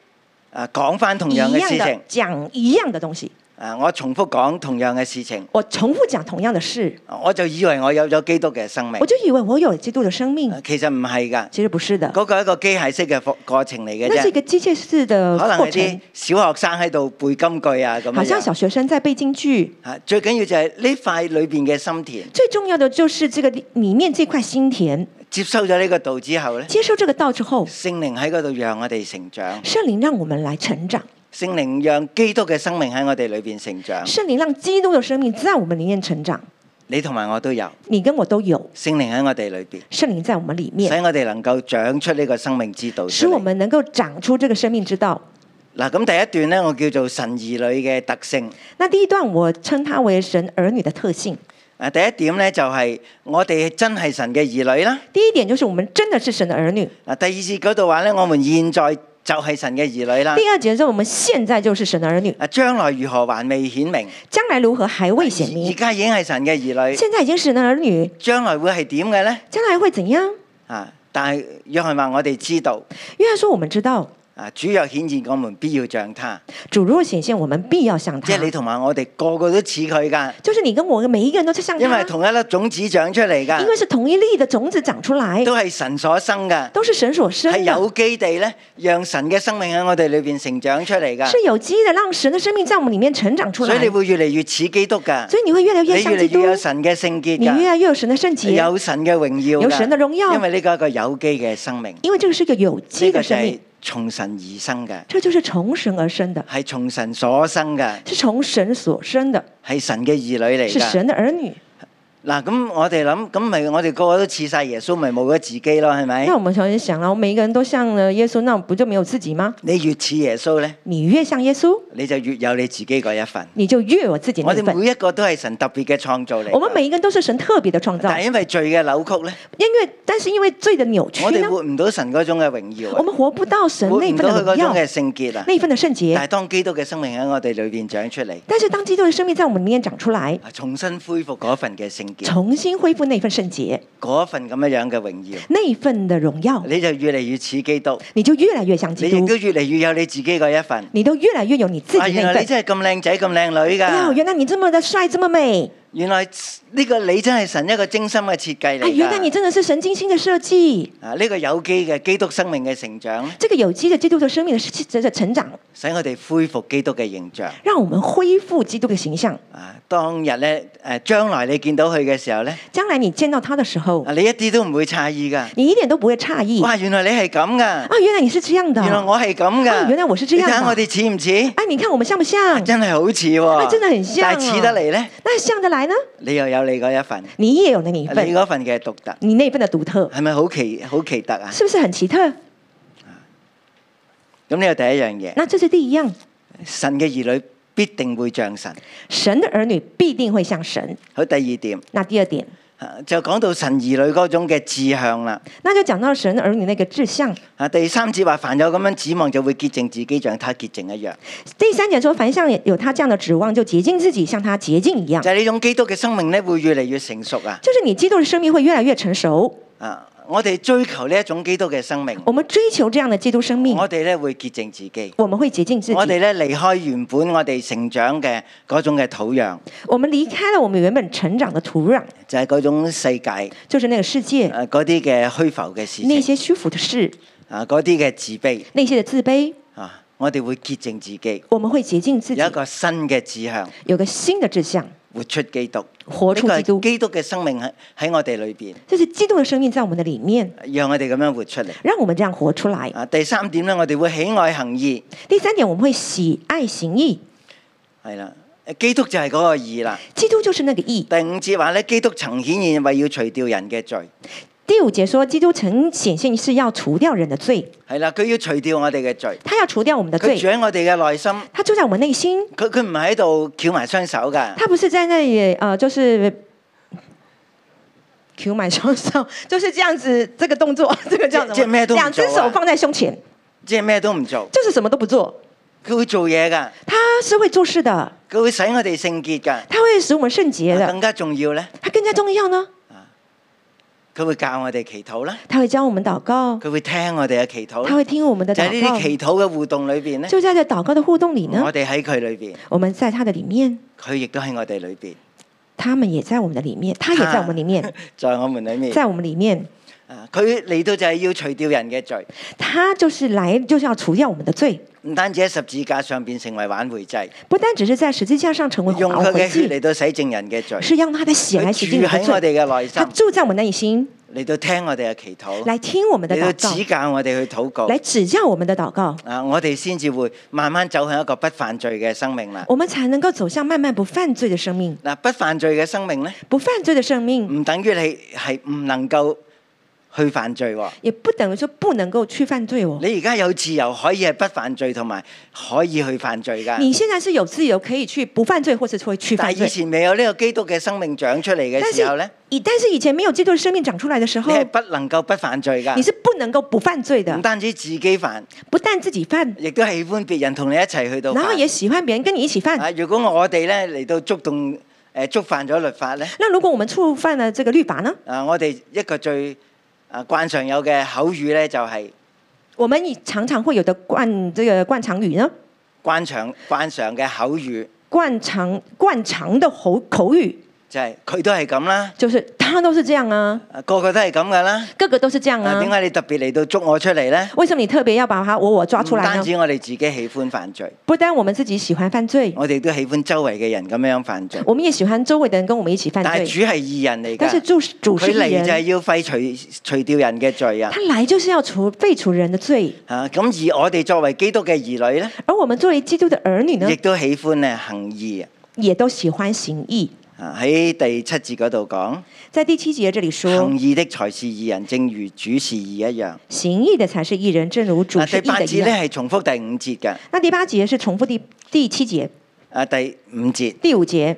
[SPEAKER 2] 啊講翻同
[SPEAKER 3] 一
[SPEAKER 2] 樣
[SPEAKER 3] 样
[SPEAKER 2] 嘅事情
[SPEAKER 3] 的，讲一样的东西，
[SPEAKER 2] 啊我重複講同樣嘅事情，
[SPEAKER 3] 我重复讲同样的事，
[SPEAKER 2] 啊我就以為我有咗基督嘅生命
[SPEAKER 3] 我，就以为我有基督的生命
[SPEAKER 2] 啊，其實唔係㗎，
[SPEAKER 3] 其实不是的，
[SPEAKER 2] 嗰個係一個機械式嘅過過程嚟嘅
[SPEAKER 3] 那是一
[SPEAKER 2] 啫，
[SPEAKER 3] 个机械式的
[SPEAKER 2] 可能
[SPEAKER 3] 过
[SPEAKER 2] 係
[SPEAKER 3] 程
[SPEAKER 2] 啲，小學生喺度背金句啊咁
[SPEAKER 3] 好像小
[SPEAKER 2] 樣，
[SPEAKER 3] 学生在背京剧。
[SPEAKER 2] 啊最緊要就係呢塊裏邊嘅心田，
[SPEAKER 3] 最重要的就是这个里里面这块心田，
[SPEAKER 2] 接收咗呢個道之後咧。
[SPEAKER 3] 接受这个道之后，
[SPEAKER 2] 圣灵喺嗰度让我哋成长，
[SPEAKER 3] 圣灵让我们来成长，
[SPEAKER 2] 圣灵让基督嘅生命喺我哋里边成长。
[SPEAKER 3] 圣灵让基督的生命在我们里面成长。
[SPEAKER 2] 你同埋我都有，
[SPEAKER 3] 你跟我都有，
[SPEAKER 2] 圣灵喺我哋里边，
[SPEAKER 3] 圣灵在我们里面，
[SPEAKER 2] 使我哋能够长出呢个生命之道
[SPEAKER 3] 使
[SPEAKER 2] 出
[SPEAKER 3] 我
[SPEAKER 2] 嚟。
[SPEAKER 3] 们能够长出这个生命之道。
[SPEAKER 2] 嗱，咁第一段呢，我叫做神儿女嘅特性。
[SPEAKER 3] 那第一段我称它为神儿女的特性。
[SPEAKER 2] 啊，第一點呢，就係我哋真係神嘅兒女啦。
[SPEAKER 3] 第一点就是我们真的是神的儿女。
[SPEAKER 2] 啊，第二節嗰度話呢，我們現在就係神嘅兒女啦。
[SPEAKER 3] 第二节就是我们现在就是神的儿女，
[SPEAKER 2] 啊，將來如何還未顯明，
[SPEAKER 3] 将来如何还未显
[SPEAKER 2] 而
[SPEAKER 3] 明。
[SPEAKER 2] 家已經係神嘅兒女，
[SPEAKER 3] 现在已经是神的儿女，
[SPEAKER 2] 將來會係點嘅呢？
[SPEAKER 3] 将来会怎样？
[SPEAKER 2] 啊，但係約翰話我哋知道。
[SPEAKER 3] 约翰说：“我们知道，
[SPEAKER 2] 啊！主若顯現，我們必要像他，
[SPEAKER 3] 主若显現，我们必要像
[SPEAKER 2] 即
[SPEAKER 3] 他
[SPEAKER 2] 係。你同埋我哋個個都似佢噶，
[SPEAKER 3] 就是你跟我每一个人都像他，
[SPEAKER 2] 因為同一粒種子長出嚟
[SPEAKER 3] 因為
[SPEAKER 2] 噶，
[SPEAKER 3] 是同一粒的种子長出来，
[SPEAKER 2] 都係神所生噶，
[SPEAKER 3] 都是神所生
[SPEAKER 2] 係有
[SPEAKER 3] 的，
[SPEAKER 2] 機地咧，讓神嘅生命喺我哋裏邊成長出嚟噶，
[SPEAKER 3] 是有机的，讓神的生命在我們里面成長出
[SPEAKER 2] 所
[SPEAKER 3] 来
[SPEAKER 2] 以。你會越嚟越似基督噶，
[SPEAKER 3] 所以你会越来
[SPEAKER 2] 你越
[SPEAKER 3] 越像基
[SPEAKER 2] 嚟
[SPEAKER 3] 督
[SPEAKER 2] 越，有神嘅聖潔
[SPEAKER 3] 你越
[SPEAKER 2] 噶，
[SPEAKER 3] 来越有神的圣洁，
[SPEAKER 2] 有神嘅榮耀㗎，
[SPEAKER 3] 有神的榮耀
[SPEAKER 2] 因為呢個係一個有機嘅生命，
[SPEAKER 3] 因為这个是一个有机
[SPEAKER 2] 呢個
[SPEAKER 3] 的
[SPEAKER 2] 就
[SPEAKER 3] 生
[SPEAKER 2] 係
[SPEAKER 3] 命，
[SPEAKER 2] 從神而生嘅，
[SPEAKER 3] 这就是從神而生的，
[SPEAKER 2] 係從神所生嘅，
[SPEAKER 3] 是從神所生的，
[SPEAKER 2] 係神嘅兒女嚟
[SPEAKER 3] 是
[SPEAKER 2] 㗎。
[SPEAKER 3] 神的兒女。
[SPEAKER 2] 嗱，咁我哋諗，咁咪我哋個個都似晒耶穌，咪冇咗自己咯，係咪
[SPEAKER 3] 那？我們常常想了，每一个人都像了耶穌，那不就没有自己嗎？
[SPEAKER 2] 你越似耶穌咧，
[SPEAKER 3] 你越像耶穌，
[SPEAKER 2] 你就越有你自己嗰一份。
[SPEAKER 3] 你就越有自己
[SPEAKER 2] 我
[SPEAKER 3] 那
[SPEAKER 2] 哋
[SPEAKER 3] 份。
[SPEAKER 2] 每一個都係神特別嘅創造嚟㗎。
[SPEAKER 3] 我們每一個人都是神特別的創造
[SPEAKER 2] 但，係因為罪嘅扭曲咧，
[SPEAKER 3] 因為但是因為罪的扭曲
[SPEAKER 2] 我哋
[SPEAKER 3] 呢，
[SPEAKER 2] 活唔到神嗰種嘅榮耀
[SPEAKER 3] 我
[SPEAKER 2] 啊，
[SPEAKER 3] 们活不到神
[SPEAKER 2] 活
[SPEAKER 3] 那
[SPEAKER 2] 唔
[SPEAKER 3] 份
[SPEAKER 2] 到佢
[SPEAKER 3] 的
[SPEAKER 2] 嗰
[SPEAKER 3] 荣
[SPEAKER 2] 種
[SPEAKER 3] 耀，
[SPEAKER 2] 嘅聖潔啊。
[SPEAKER 3] 那份的圣
[SPEAKER 2] 但係
[SPEAKER 3] 洁。
[SPEAKER 2] 當基督嘅生命喺我哋裏邊長出嚟，啊
[SPEAKER 3] 但是当基督的生命在我们里面长出来，
[SPEAKER 2] 重新恢復嗰份嘅聖潔，
[SPEAKER 3] 重新恢复那份圣洁，
[SPEAKER 2] 嗰份咁樣樣嘅榮耀，
[SPEAKER 3] 那一份的荣耀，
[SPEAKER 2] 你就越嚟越似基督，
[SPEAKER 3] 你就越来越像
[SPEAKER 2] 你
[SPEAKER 3] 基
[SPEAKER 2] 亦
[SPEAKER 3] 督
[SPEAKER 2] 都，越嚟越有你自己嗰一份。
[SPEAKER 3] 你都越来越有你自
[SPEAKER 2] 啊，
[SPEAKER 3] 己
[SPEAKER 2] 原
[SPEAKER 3] 那
[SPEAKER 2] 來
[SPEAKER 3] 份
[SPEAKER 2] 你。真係咁靚仔咁靚女
[SPEAKER 3] 哎
[SPEAKER 2] 㗎！
[SPEAKER 3] 呦，原来你这么的帅，这么美，
[SPEAKER 2] 原來呢個你真係神一個精心嘅設計嚟
[SPEAKER 3] 哎，原来你
[SPEAKER 2] 㗎。
[SPEAKER 3] 真的是神精心的设计。
[SPEAKER 2] 啊，呢個有機嘅基督生命嘅成長，
[SPEAKER 3] 这个有机的基督的生命的的成长，
[SPEAKER 2] 使我哋恢復基督嘅形象。
[SPEAKER 3] 让我们恢复基督的形象。
[SPEAKER 2] 啊，當日咧，誒將來你見到佢嘅時候咧，
[SPEAKER 3] 将来你见到他的时候
[SPEAKER 2] 啊，，你一啲都唔會詫異㗎。
[SPEAKER 3] 你一点都不会诧异。
[SPEAKER 2] 哇，原來你係咁㗎，
[SPEAKER 3] 啊，原来你是这样的。
[SPEAKER 2] 原來我係咁
[SPEAKER 3] 啊
[SPEAKER 2] 㗎，
[SPEAKER 3] 原來我是這樣㗎
[SPEAKER 2] 你睇下我哋似唔似？啊
[SPEAKER 3] 哎，你看我们像不像？
[SPEAKER 2] 真係好似喎，
[SPEAKER 3] 啊真的很像啊
[SPEAKER 2] 但係似得嚟咧，
[SPEAKER 3] 那像得来呢？
[SPEAKER 2] 你又有你嗰一份，
[SPEAKER 3] 你也有那一份
[SPEAKER 2] 你。嗰份嘅獨特，
[SPEAKER 3] 你那份的独特，
[SPEAKER 2] 係咪好奇好奇特啊？
[SPEAKER 3] 是不是很奇特？
[SPEAKER 2] 咁呢個第一樣嘢，
[SPEAKER 3] 那这是第一样，
[SPEAKER 2] 神嘅兒女必定會像神。
[SPEAKER 3] 神的儿女必定会像神。
[SPEAKER 2] 好，第二點。
[SPEAKER 3] 那第二点，
[SPEAKER 2] 啊就講到神兒女嗰種嘅志向啦。
[SPEAKER 3] 那就讲到神的儿女那个志向。
[SPEAKER 2] 啊，第三節話凡有咁樣指望，就會潔淨自己，像他潔淨一樣。
[SPEAKER 3] 第三点说，凡像有他这样的指望，就洁净自己，像他洁净一样
[SPEAKER 2] 就。係呢種基督嘅生命咧，會越嚟越成熟啊！
[SPEAKER 3] 就是你基督的生命会越来越成熟，
[SPEAKER 2] 啊，我哋追求呢一種基督嘅生命，
[SPEAKER 3] 我们追求这样的基督生命，
[SPEAKER 2] 我哋咧會潔淨自己，
[SPEAKER 3] 我们会洁净嗯自己。
[SPEAKER 2] 我哋咧離開原本我哋成長嘅嗰種嘅土壤，
[SPEAKER 3] 我们离开了我们原本成长的土壤，
[SPEAKER 2] 就係、嗰種世界誒
[SPEAKER 3] 就是那个世界
[SPEAKER 2] 嗰啲嘅虛浮嘅事
[SPEAKER 3] 那
[SPEAKER 2] 情
[SPEAKER 3] 些虚浮的事，
[SPEAKER 2] 啊，嗰啲嘅自卑
[SPEAKER 3] 那些的自卑，
[SPEAKER 2] 啊，我哋會潔淨自己，
[SPEAKER 3] 我们会洁净自己
[SPEAKER 2] 有一，個新嘅志向，
[SPEAKER 3] 有个新的志向，
[SPEAKER 2] 活出基督。呢
[SPEAKER 3] 活出
[SPEAKER 2] 個
[SPEAKER 3] 基督
[SPEAKER 2] 係。基督嘅生命喺喺我哋裏邊，
[SPEAKER 3] 这是基督的生命在我们的里面，
[SPEAKER 2] 讓我哋咁樣活出嚟。
[SPEAKER 3] 让我们这样活出来。
[SPEAKER 2] 啊，第三點咧，我哋會喜愛行義，
[SPEAKER 3] 第三点，我们会喜爱行义。
[SPEAKER 2] 係啦，基督就係嗰個義啦。
[SPEAKER 3] 基督就是那个义。
[SPEAKER 2] 第五節話咧，基督曾顯現為要除掉人嘅罪，
[SPEAKER 3] 第五节说，基督曾显现是要除掉人的罪，
[SPEAKER 2] 係啦，佢要除掉我哋嘅罪，
[SPEAKER 3] 他要除掉我们的
[SPEAKER 2] 佢住
[SPEAKER 3] 罪，
[SPEAKER 2] 喺我哋嘅內心，
[SPEAKER 3] 他住在我们内心，
[SPEAKER 2] 佢佢唔係喺度翹埋雙手㗎，
[SPEAKER 3] 他不是在那里呃，就是。Q 买双手 (laughs) 就是这样子，这个动作， (laughs) 这个叫
[SPEAKER 2] 这
[SPEAKER 3] 什
[SPEAKER 2] 这咩
[SPEAKER 3] 么？
[SPEAKER 2] 都不做啊
[SPEAKER 3] 两只手放在胸前，
[SPEAKER 2] 即係咩都唔做，
[SPEAKER 3] 就是什么都不做。
[SPEAKER 2] 佢會做嘢㗎，
[SPEAKER 3] 他是会做事的，
[SPEAKER 2] 佢會使我哋聖潔㗎，啊
[SPEAKER 3] 他会使我们圣洁的。
[SPEAKER 2] 更加重要咧，
[SPEAKER 3] 他更加重要呢，
[SPEAKER 2] 佢會教我哋祈禱啦，
[SPEAKER 3] 他会教我们祷告，
[SPEAKER 2] 佢會聽我哋嘅祈禱
[SPEAKER 3] 他
[SPEAKER 2] 啦，
[SPEAKER 3] 会听我们的
[SPEAKER 2] 就
[SPEAKER 3] 祷哦
[SPEAKER 2] 係呢啲
[SPEAKER 3] 告。
[SPEAKER 2] 祈禱嘅互動裏邊咧，
[SPEAKER 3] 就在这祷告的互动里呢
[SPEAKER 2] 我，哋喺佢裏邊，
[SPEAKER 3] 我们在他的里面，
[SPEAKER 2] 佢亦都喺我哋裏邊， (laughs)
[SPEAKER 3] 他们也在我们的里面，他也在我们里面，
[SPEAKER 2] 在我們裏面。
[SPEAKER 3] 在我们里面。
[SPEAKER 2] 啊佢嚟到就係要除掉人嘅罪，
[SPEAKER 3] 他就是来就是要除掉我们的罪，
[SPEAKER 2] 唔單止喺十字架上邊成為挽回祭，
[SPEAKER 3] 不单只是在十字架上成为
[SPEAKER 2] 用
[SPEAKER 3] 挽
[SPEAKER 2] 佢
[SPEAKER 3] 回
[SPEAKER 2] 嘅血
[SPEAKER 3] 祭，
[SPEAKER 2] 嚟到洗淨人嘅罪，
[SPEAKER 3] 是让他的血
[SPEAKER 2] 佢
[SPEAKER 3] 来洗净
[SPEAKER 2] 住
[SPEAKER 3] 我们
[SPEAKER 2] 喺我
[SPEAKER 3] 的罪。
[SPEAKER 2] 哋嘅內心
[SPEAKER 3] 他，住在我们内心，
[SPEAKER 2] 嚟到聽我哋嘅祈禱，
[SPEAKER 3] 来聽我们
[SPEAKER 2] (laughs)
[SPEAKER 3] 的
[SPEAKER 2] 嚟到
[SPEAKER 3] 祷
[SPEAKER 2] 指
[SPEAKER 3] 告，
[SPEAKER 2] 教我哋去禱告
[SPEAKER 3] 来。指教我们的祷告，
[SPEAKER 2] 啊！我哋先至會慢慢走向一個不犯罪嘅生命啦。
[SPEAKER 3] 我们才能够走向慢慢不犯罪的生命。
[SPEAKER 2] 嗱，不犯罪嘅生命咧，
[SPEAKER 3] 不犯罪的生命，
[SPEAKER 2] 唔等於你係唔能夠去犯罪喎。
[SPEAKER 3] 也不等于说不能够去犯罪哦。
[SPEAKER 2] 你而家有自由可以係不犯罪，同埋可以去犯罪㗎。
[SPEAKER 3] 你现在是有自由可以去不犯罪，或是会去犯
[SPEAKER 2] 但係以
[SPEAKER 3] 罪。
[SPEAKER 2] 前未有呢個基督嘅生命長出嚟
[SPEAKER 3] 但
[SPEAKER 2] 嘅時候咧
[SPEAKER 3] 是，以但是以前没有基督的生命长出来的时
[SPEAKER 2] 你
[SPEAKER 3] 候，
[SPEAKER 2] 係不能夠不犯罪㗎
[SPEAKER 3] 你。是不能够不犯罪
[SPEAKER 2] 唔
[SPEAKER 3] 的，
[SPEAKER 2] 單止自己犯，
[SPEAKER 3] 不但自己犯，
[SPEAKER 2] 亦都喜歡別人同你一齊去到
[SPEAKER 3] 然后
[SPEAKER 2] 犯。
[SPEAKER 3] 也喜欢别人跟你一起犯。
[SPEAKER 2] 啊，如果我哋咧嚟到觸動誒觸犯咗律法咧，
[SPEAKER 3] 那如果我们触犯了这个律法呢？
[SPEAKER 2] 啊，我哋一個最啊慣常有嘅口語咧就係、
[SPEAKER 3] 我们以常常会有的惯这个惯常语呢，
[SPEAKER 2] 慣常慣常嘅口語
[SPEAKER 3] 惯常惯常的口口语
[SPEAKER 2] 就係、佢都係咁啦，
[SPEAKER 3] 就是他都是这样啊，
[SPEAKER 2] 啊個個都係咁噶啦。
[SPEAKER 3] 个个都是这样
[SPEAKER 2] 啊，
[SPEAKER 3] 啊
[SPEAKER 2] 點，解你特別嚟到捉我出嚟咧？
[SPEAKER 3] 为什么你特别要把他我我抓
[SPEAKER 2] 唔
[SPEAKER 3] 出来
[SPEAKER 2] 單
[SPEAKER 3] 呢？
[SPEAKER 2] 止我哋自己喜歡犯罪，
[SPEAKER 3] 不单我们自己喜欢犯罪，
[SPEAKER 2] 我哋都喜歡周圍嘅人咁樣犯罪。
[SPEAKER 3] 我们也喜欢周围的人跟我们一起犯
[SPEAKER 2] 但係
[SPEAKER 3] 罪。
[SPEAKER 2] 主係義人嚟
[SPEAKER 3] 但是
[SPEAKER 2] 㗎，
[SPEAKER 3] 主主是
[SPEAKER 2] 佢
[SPEAKER 3] 一
[SPEAKER 2] 嚟就係
[SPEAKER 3] 人，
[SPEAKER 2] 要廢除除掉人嘅罪啊！
[SPEAKER 3] 他来就是要除废除人的罪，
[SPEAKER 2] 啊，咁而我哋作為基督嘅兒女咧。
[SPEAKER 3] 而我们作为基督的儿女呢
[SPEAKER 2] 亦，都喜歡咧行義
[SPEAKER 3] 也都喜欢行义。
[SPEAKER 2] 啊！喺第七節嗰度講，
[SPEAKER 3] 在第七节这里说
[SPEAKER 2] 行，義的才是義人，正如主是義一樣。
[SPEAKER 3] 行义的才是义人，正如主
[SPEAKER 2] 啊，
[SPEAKER 3] 是
[SPEAKER 2] 第
[SPEAKER 3] 义
[SPEAKER 2] 八
[SPEAKER 3] 的一
[SPEAKER 2] 節咧
[SPEAKER 3] 样。
[SPEAKER 2] 係重複第五節嘅，
[SPEAKER 3] 那第八节是重复第第七节、
[SPEAKER 2] 啊第五節
[SPEAKER 3] 第五节，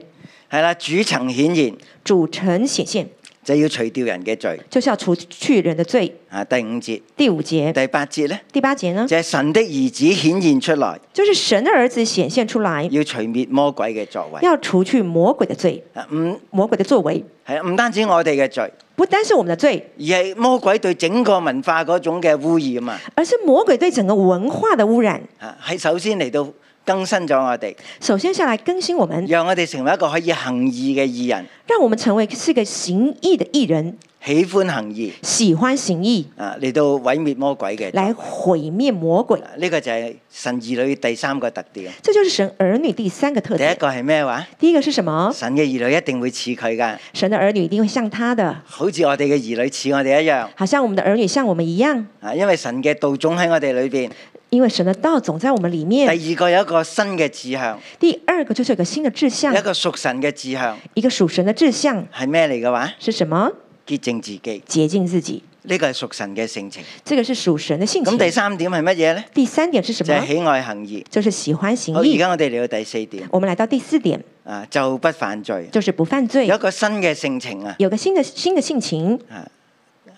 [SPEAKER 2] 係啦，主曾顯現
[SPEAKER 3] 主曾显现，
[SPEAKER 2] 就要除掉人嘅罪。
[SPEAKER 3] 就是要除去人的罪。
[SPEAKER 2] 啊，第五節、
[SPEAKER 3] 第五节、
[SPEAKER 2] 第八節咧
[SPEAKER 3] 第八节呢，
[SPEAKER 2] 就係、神的兒子顯現出來，
[SPEAKER 3] 就是神的儿子显现出来，
[SPEAKER 2] 要除滅魔鬼嘅作為。
[SPEAKER 3] 要除去魔鬼的罪，
[SPEAKER 2] 啊，唔
[SPEAKER 3] 魔鬼的作为，
[SPEAKER 2] 係啊唔單止我哋嘅罪，
[SPEAKER 3] 不单是我们的罪，
[SPEAKER 2] 而係魔鬼對整個文化嗰種嘅污染啊！
[SPEAKER 3] 而是魔鬼对整个文化的污染。
[SPEAKER 2] 啊，係首先嚟到更新咗我哋，
[SPEAKER 3] 首先下来更新我们，
[SPEAKER 2] 讓我哋成為一個可以行義嘅義人。
[SPEAKER 3] 让我们成为是个行义的义人，
[SPEAKER 2] 喜歡行義
[SPEAKER 3] 喜欢行义，
[SPEAKER 2] 啊，嚟到毀滅魔鬼嘅。
[SPEAKER 3] 来毁灭魔鬼。
[SPEAKER 2] 啊呢個就係神兒女第三個特點。
[SPEAKER 3] 这就是神儿女第三个特
[SPEAKER 2] 第一
[SPEAKER 3] 点。
[SPEAKER 2] 個係咩話？
[SPEAKER 3] 第一个是什么？
[SPEAKER 2] 神嘅兒女一定會似佢噶，
[SPEAKER 3] 神的儿女一定会像他的，
[SPEAKER 2] 好似我哋嘅兒女似我哋一樣
[SPEAKER 3] 好像我们的儿女像我们一样，
[SPEAKER 2] 啊，因為神嘅道種喺我哋裏邊。
[SPEAKER 3] 因为神的道总在我们里面。
[SPEAKER 2] 第二個有一個新嘅志向，
[SPEAKER 3] 第二个就是有个新的志向
[SPEAKER 2] 有一，個屬神嘅志向
[SPEAKER 3] 一个属神的志向
[SPEAKER 2] 係咩嚟嘅話？
[SPEAKER 3] 是什么？
[SPEAKER 2] 潔淨自己，
[SPEAKER 3] 洁净自己，
[SPEAKER 2] 呢個係屬神嘅性情。
[SPEAKER 3] 这个是属神的性
[SPEAKER 2] 咁第
[SPEAKER 3] 情。
[SPEAKER 2] 三點係乜嘢呢？
[SPEAKER 3] 第三点是什
[SPEAKER 2] 就係
[SPEAKER 3] 么？
[SPEAKER 2] 喜愛行義。
[SPEAKER 3] 就是喜欢行
[SPEAKER 2] 好，而
[SPEAKER 3] 义。
[SPEAKER 2] 家我哋嚟到第四點
[SPEAKER 3] 我们来到第四点，
[SPEAKER 2] 啊，就不犯罪，
[SPEAKER 3] 就是不犯罪
[SPEAKER 2] 有，一個嗯新嘅性情啊，
[SPEAKER 3] 有个新的新的性情，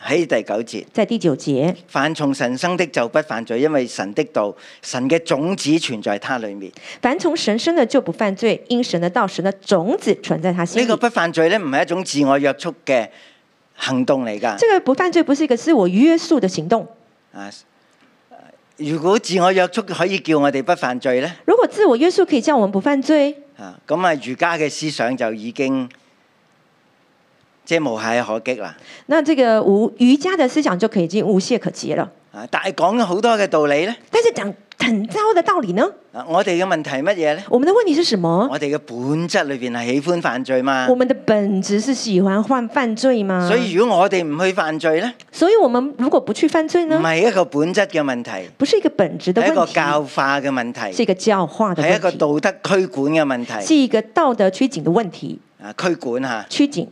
[SPEAKER 2] 喺第九節。
[SPEAKER 3] 在第九节，
[SPEAKER 2] 凡從神生的就不犯罪，因為神的道、神嘅種子存在他裏面。
[SPEAKER 3] 凡从神生的就不犯罪，因神的道，神的种子存在他
[SPEAKER 2] 呢、
[SPEAKER 3] 心
[SPEAKER 2] 個
[SPEAKER 3] 里。
[SPEAKER 2] 不犯罪咧，唔係一種自我約束嘅行動嚟㗎。
[SPEAKER 3] 这个不犯罪不是一个自我约束的行动。
[SPEAKER 2] 啊，如果自我約束可以叫我哋不犯罪呢？
[SPEAKER 3] 如果自我约束可以叫我们不犯罪，
[SPEAKER 2] 啊，咁啊，儒家嘅思想就已經即係無懈可擊啦。
[SPEAKER 3] 那这个无瑜伽的思想就可以已经无懈可击了。
[SPEAKER 2] 啊，但係講咗好多嘅道理呢，
[SPEAKER 3] 但是讲很糟的道理呢，
[SPEAKER 2] 啊，我哋嘅問題係乜嘢呢？
[SPEAKER 3] 我们的问题是什么？
[SPEAKER 2] (laughs) 我哋嘅本質裏邊係喜歡犯罪嘛
[SPEAKER 3] 我，啊們的本质是喜欢犯犯罪吗？
[SPEAKER 2] 所以如果我哋唔去犯罪呢，
[SPEAKER 3] 所以我們如果不去犯罪
[SPEAKER 2] 唔
[SPEAKER 3] 呢，
[SPEAKER 2] 係一個本質嘅問題，
[SPEAKER 3] 不是一个本质的
[SPEAKER 2] 嗯係一個
[SPEAKER 3] 问题，
[SPEAKER 2] 教化嘅問
[SPEAKER 3] 是
[SPEAKER 2] 題，
[SPEAKER 3] 一个教化的
[SPEAKER 2] 係一個
[SPEAKER 3] 问题，
[SPEAKER 2] 道德驅管嘅問題。
[SPEAKER 3] 是一个道德拘谨的问题，
[SPEAKER 2] 啊，驅管嚇，
[SPEAKER 3] 拘谨、
[SPEAKER 2] 啊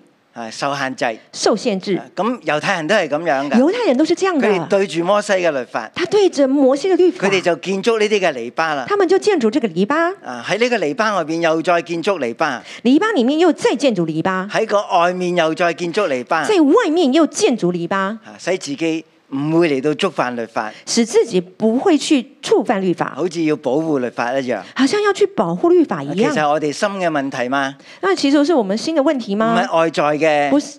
[SPEAKER 2] 受限制。
[SPEAKER 3] 受限制。
[SPEAKER 2] 啊咁猶太人都係咁樣㗎，
[SPEAKER 3] 犹太人都是这样
[SPEAKER 2] 佢哋
[SPEAKER 3] 的，
[SPEAKER 2] 對住摩西嘅律法，
[SPEAKER 3] 他对着摩西的律
[SPEAKER 2] 佢
[SPEAKER 3] 法，
[SPEAKER 2] 哋就建築呢啲嘅篱笆啦。
[SPEAKER 3] 他们就建筑这个篱笆，
[SPEAKER 2] 啊，喺呢個篱笆外邊又再建築篱笆，
[SPEAKER 3] 篱笆里面又再建筑篱笆，
[SPEAKER 2] 喺個外面又再建築篱笆，
[SPEAKER 3] 在外面又建筑篱笆，
[SPEAKER 2] 啊，使自己唔會嚟到觸犯律法，
[SPEAKER 3] 使自己不會去觸犯律法，
[SPEAKER 2] 好似要保護律法一樣。啊
[SPEAKER 3] 好像要去保护律法一
[SPEAKER 2] 其實
[SPEAKER 3] 样。
[SPEAKER 2] 係我哋心嘅問題嘛，
[SPEAKER 3] 那其实是我们新的问题
[SPEAKER 2] 唔
[SPEAKER 3] 吗？
[SPEAKER 2] 係外在
[SPEAKER 3] 不
[SPEAKER 2] 嘅
[SPEAKER 3] 是，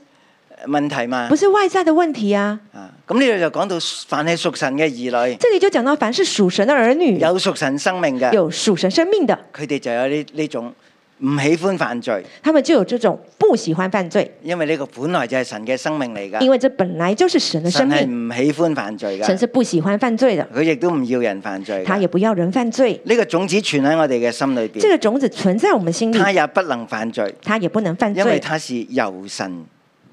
[SPEAKER 2] 問題嘛
[SPEAKER 3] 不。是外在的問題啊。
[SPEAKER 2] 啊，咁呢度就講到凡係屬神嘅兒女，
[SPEAKER 3] 这里就讲到，凡是属神的儿女，
[SPEAKER 2] 有屬神生命嘅，
[SPEAKER 3] 有属神生命的，
[SPEAKER 2] 佢哋就有呢呢種唔喜歡犯罪。
[SPEAKER 3] 他们就有这种不喜欢犯罪，
[SPEAKER 2] 因為呢個本來就係神嘅生命嚟
[SPEAKER 3] 因
[SPEAKER 2] 㗎，
[SPEAKER 3] 为这本来就是神的生
[SPEAKER 2] 神係唔
[SPEAKER 3] 命，
[SPEAKER 2] 喜歡犯罪
[SPEAKER 3] 神
[SPEAKER 2] 㗎，
[SPEAKER 3] 是不喜欢犯罪的，
[SPEAKER 2] 佢亦都唔要人犯罪
[SPEAKER 3] 他
[SPEAKER 2] 㗎。
[SPEAKER 3] 也不要人犯罪。
[SPEAKER 2] 呢個種子存喺我哋嘅心裏
[SPEAKER 3] 这
[SPEAKER 2] 邊，
[SPEAKER 3] 个种子存在我们心里，
[SPEAKER 2] 他也不能犯罪，
[SPEAKER 3] 他也不能犯
[SPEAKER 2] 因為
[SPEAKER 3] 罪，
[SPEAKER 2] 他是由神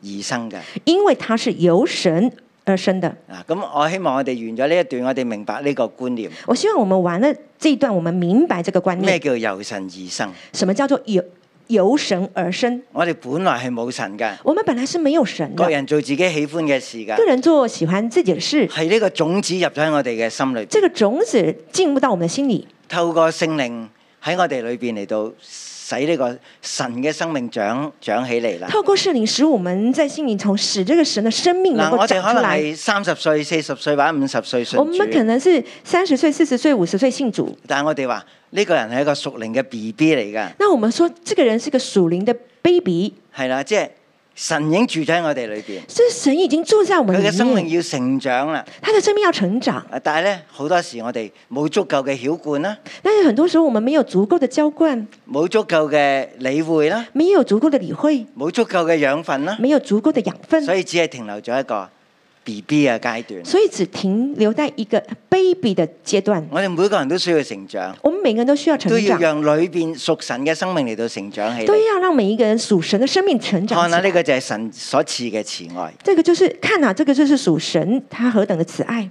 [SPEAKER 2] 而生嘅。
[SPEAKER 3] 因为他是由神而生的。
[SPEAKER 2] 啊，咁我希望我哋完咗呢一段，我哋明白呢個觀念，
[SPEAKER 3] 我希望我们完了这一段，我们明白这个观
[SPEAKER 2] 咩
[SPEAKER 3] 念，
[SPEAKER 2] 叫由神而生？
[SPEAKER 3] 什么叫做由由神而生。
[SPEAKER 2] 我哋本來係冇神㗎，
[SPEAKER 3] 我们本来是没有神
[SPEAKER 2] 各
[SPEAKER 3] 的，
[SPEAKER 2] 人做自己喜歡嘅事㗎
[SPEAKER 3] 个，人做喜欢自己的事，
[SPEAKER 2] 係呢個種子入咗喺我哋嘅心裏邊，
[SPEAKER 3] 这个种子进入到我们的心里，
[SPEAKER 2] 透過聖靈喺我哋裏邊嚟到使呢個神嘅生命長長起嚟啦。
[SPEAKER 3] 透过圣灵使我们在心里从使这个神的生命能
[SPEAKER 2] 嗱，
[SPEAKER 3] 够
[SPEAKER 2] 我哋
[SPEAKER 3] 长
[SPEAKER 2] 可
[SPEAKER 3] 出
[SPEAKER 2] 能
[SPEAKER 3] 来。
[SPEAKER 2] 係三十歲、四十歲或者五十歲信
[SPEAKER 3] 我们可
[SPEAKER 2] 主，
[SPEAKER 3] 能是三十岁、四十岁、五十岁信主，
[SPEAKER 2] 但係我哋話呢個人係一個屬靈嘅 B B 嚟㗎，
[SPEAKER 3] 那我们说这个人是个属灵的 baby，
[SPEAKER 2] 係啦，即係神已經住咗喺我哋裏邊，
[SPEAKER 3] 这神已经住在我们
[SPEAKER 2] 佢嘅
[SPEAKER 3] 里
[SPEAKER 2] 生命
[SPEAKER 3] 面，
[SPEAKER 2] 要成長啦。
[SPEAKER 3] 他的生命要成长。
[SPEAKER 2] 啊但係咧，好多時我哋冇足夠嘅曉冠啦，
[SPEAKER 3] 但是很多时候我们没有足夠的浇灌，
[SPEAKER 2] 冇足夠嘅理會啦，
[SPEAKER 3] 没有足夠的理会，
[SPEAKER 2] 冇足夠嘅養分啦，
[SPEAKER 3] 没有足夠的养分
[SPEAKER 2] 所，以只係停留咗一個 B B 嘅階段。
[SPEAKER 3] 所以只停留在一个 baby 的阶段。
[SPEAKER 2] 我哋每個人都需要成長，
[SPEAKER 3] 我们每个人都需要成
[SPEAKER 2] 都要
[SPEAKER 3] 长，
[SPEAKER 2] 讓裏邊屬神嘅生命嚟到成長起
[SPEAKER 3] 都
[SPEAKER 2] 嚟。
[SPEAKER 3] 要让每一个人属神的生命成长
[SPEAKER 2] 看
[SPEAKER 3] 起
[SPEAKER 2] 下
[SPEAKER 3] 来。
[SPEAKER 2] 呢個就係神所賜嘅慈愛，
[SPEAKER 3] 这个就是看啊，这个就是属神他何等的慈爱，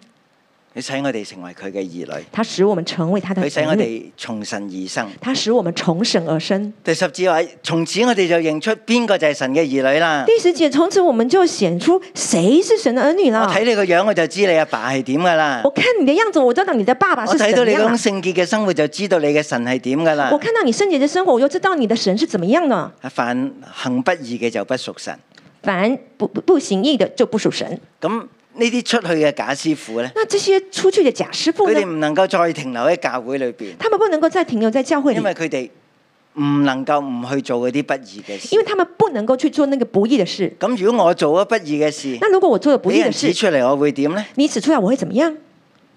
[SPEAKER 2] 佢使我哋成為佢嘅兒女。
[SPEAKER 3] 他使我们成为他的
[SPEAKER 2] 佢使我
[SPEAKER 3] 儿女，
[SPEAKER 2] 哋從神而生。
[SPEAKER 3] 他使我们重审而生。
[SPEAKER 2] 第十節話：從此我哋就認出邊個就係神嘅兒女啦。
[SPEAKER 3] 第十节，从此我们就显出谁是神的儿女
[SPEAKER 2] 我
[SPEAKER 3] 了。
[SPEAKER 2] 睇你個樣，我就知你阿爸係點噶啦
[SPEAKER 3] 我。看你的样子，我知道你的爸爸
[SPEAKER 2] 我
[SPEAKER 3] 是怎
[SPEAKER 2] 睇到
[SPEAKER 3] 么
[SPEAKER 2] 你
[SPEAKER 3] 样
[SPEAKER 2] 嗰種
[SPEAKER 3] 了。
[SPEAKER 2] 聖潔嘅生活，就知道你嘅神係點噶啦
[SPEAKER 3] 我。看到你圣洁的生活，我就知道你的神是怎么样的。
[SPEAKER 2] 凡行不義嘅就不屬神。
[SPEAKER 3] 凡不不不行义的就不属神。
[SPEAKER 2] 咁呢啲出去嘅假師傅呢，
[SPEAKER 3] 那这些出去的假师傅
[SPEAKER 2] 佢哋
[SPEAKER 3] 呢？
[SPEAKER 2] 唔能夠再停留喺教會裏邊，
[SPEAKER 3] 他们不能够再停留在教会里
[SPEAKER 2] 因，為佢哋唔能夠唔去做嗰啲不義嘅
[SPEAKER 3] 因
[SPEAKER 2] 事。
[SPEAKER 3] 为他们不能够去做那个不义的事。
[SPEAKER 2] 咁如果我做咗不義嘅事，
[SPEAKER 3] 那如果我做了不
[SPEAKER 2] 俾
[SPEAKER 3] 义的
[SPEAKER 2] 人指
[SPEAKER 3] 事，
[SPEAKER 2] 出嚟，我會點呢？
[SPEAKER 3] 你指出来我会怎么样？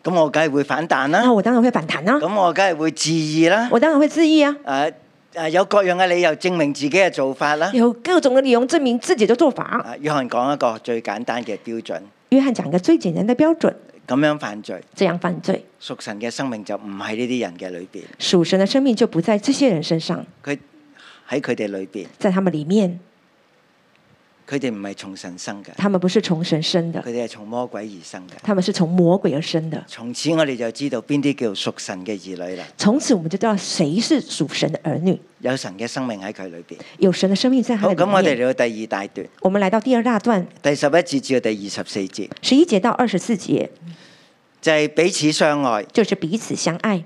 [SPEAKER 2] 咁我梗係會反彈啦
[SPEAKER 3] 那，我当然会反弹啊，
[SPEAKER 2] 咁我梗係會自義啦。
[SPEAKER 3] 我当然会质疑啊，
[SPEAKER 2] 誒誒有各樣嘅理由證明自己嘅做法啦。
[SPEAKER 3] 有各种的理由证明自己的做法。
[SPEAKER 2] 啊，約翰講一個最簡單嘅標準，
[SPEAKER 3] 约翰讲一个最简单的标准，
[SPEAKER 2] 咁樣犯罪，
[SPEAKER 3] 这样犯罪，
[SPEAKER 2] 屬神嘅生命就唔喺呢啲人嘅裏邊，
[SPEAKER 3] 属神的生命就不在这些人身上，
[SPEAKER 2] 佢喺佢哋裏邊，
[SPEAKER 3] 在他们里面，
[SPEAKER 2] 佢哋唔係從神生嘅，
[SPEAKER 3] 他们不是从神生的
[SPEAKER 2] 佢，哋係從魔鬼而生嘅。
[SPEAKER 3] 他们是从魔鬼而生的。
[SPEAKER 2] 從此我哋就知道邊啲叫屬神嘅兒女啦，
[SPEAKER 3] 从此我们就知道谁是属神的儿女，
[SPEAKER 2] 有神嘅生命喺佢裏邊。
[SPEAKER 3] 有神的生命在他
[SPEAKER 2] 好，
[SPEAKER 3] 的
[SPEAKER 2] 咁
[SPEAKER 3] 里
[SPEAKER 2] 我哋
[SPEAKER 3] 面。
[SPEAKER 2] 嚟到第二大段，
[SPEAKER 3] 我们来到第二大段，
[SPEAKER 2] 第十一節至到第二十四節，
[SPEAKER 3] 十一节到二十四节，
[SPEAKER 2] 就係、彼此相愛。
[SPEAKER 3] 就是彼此相爱。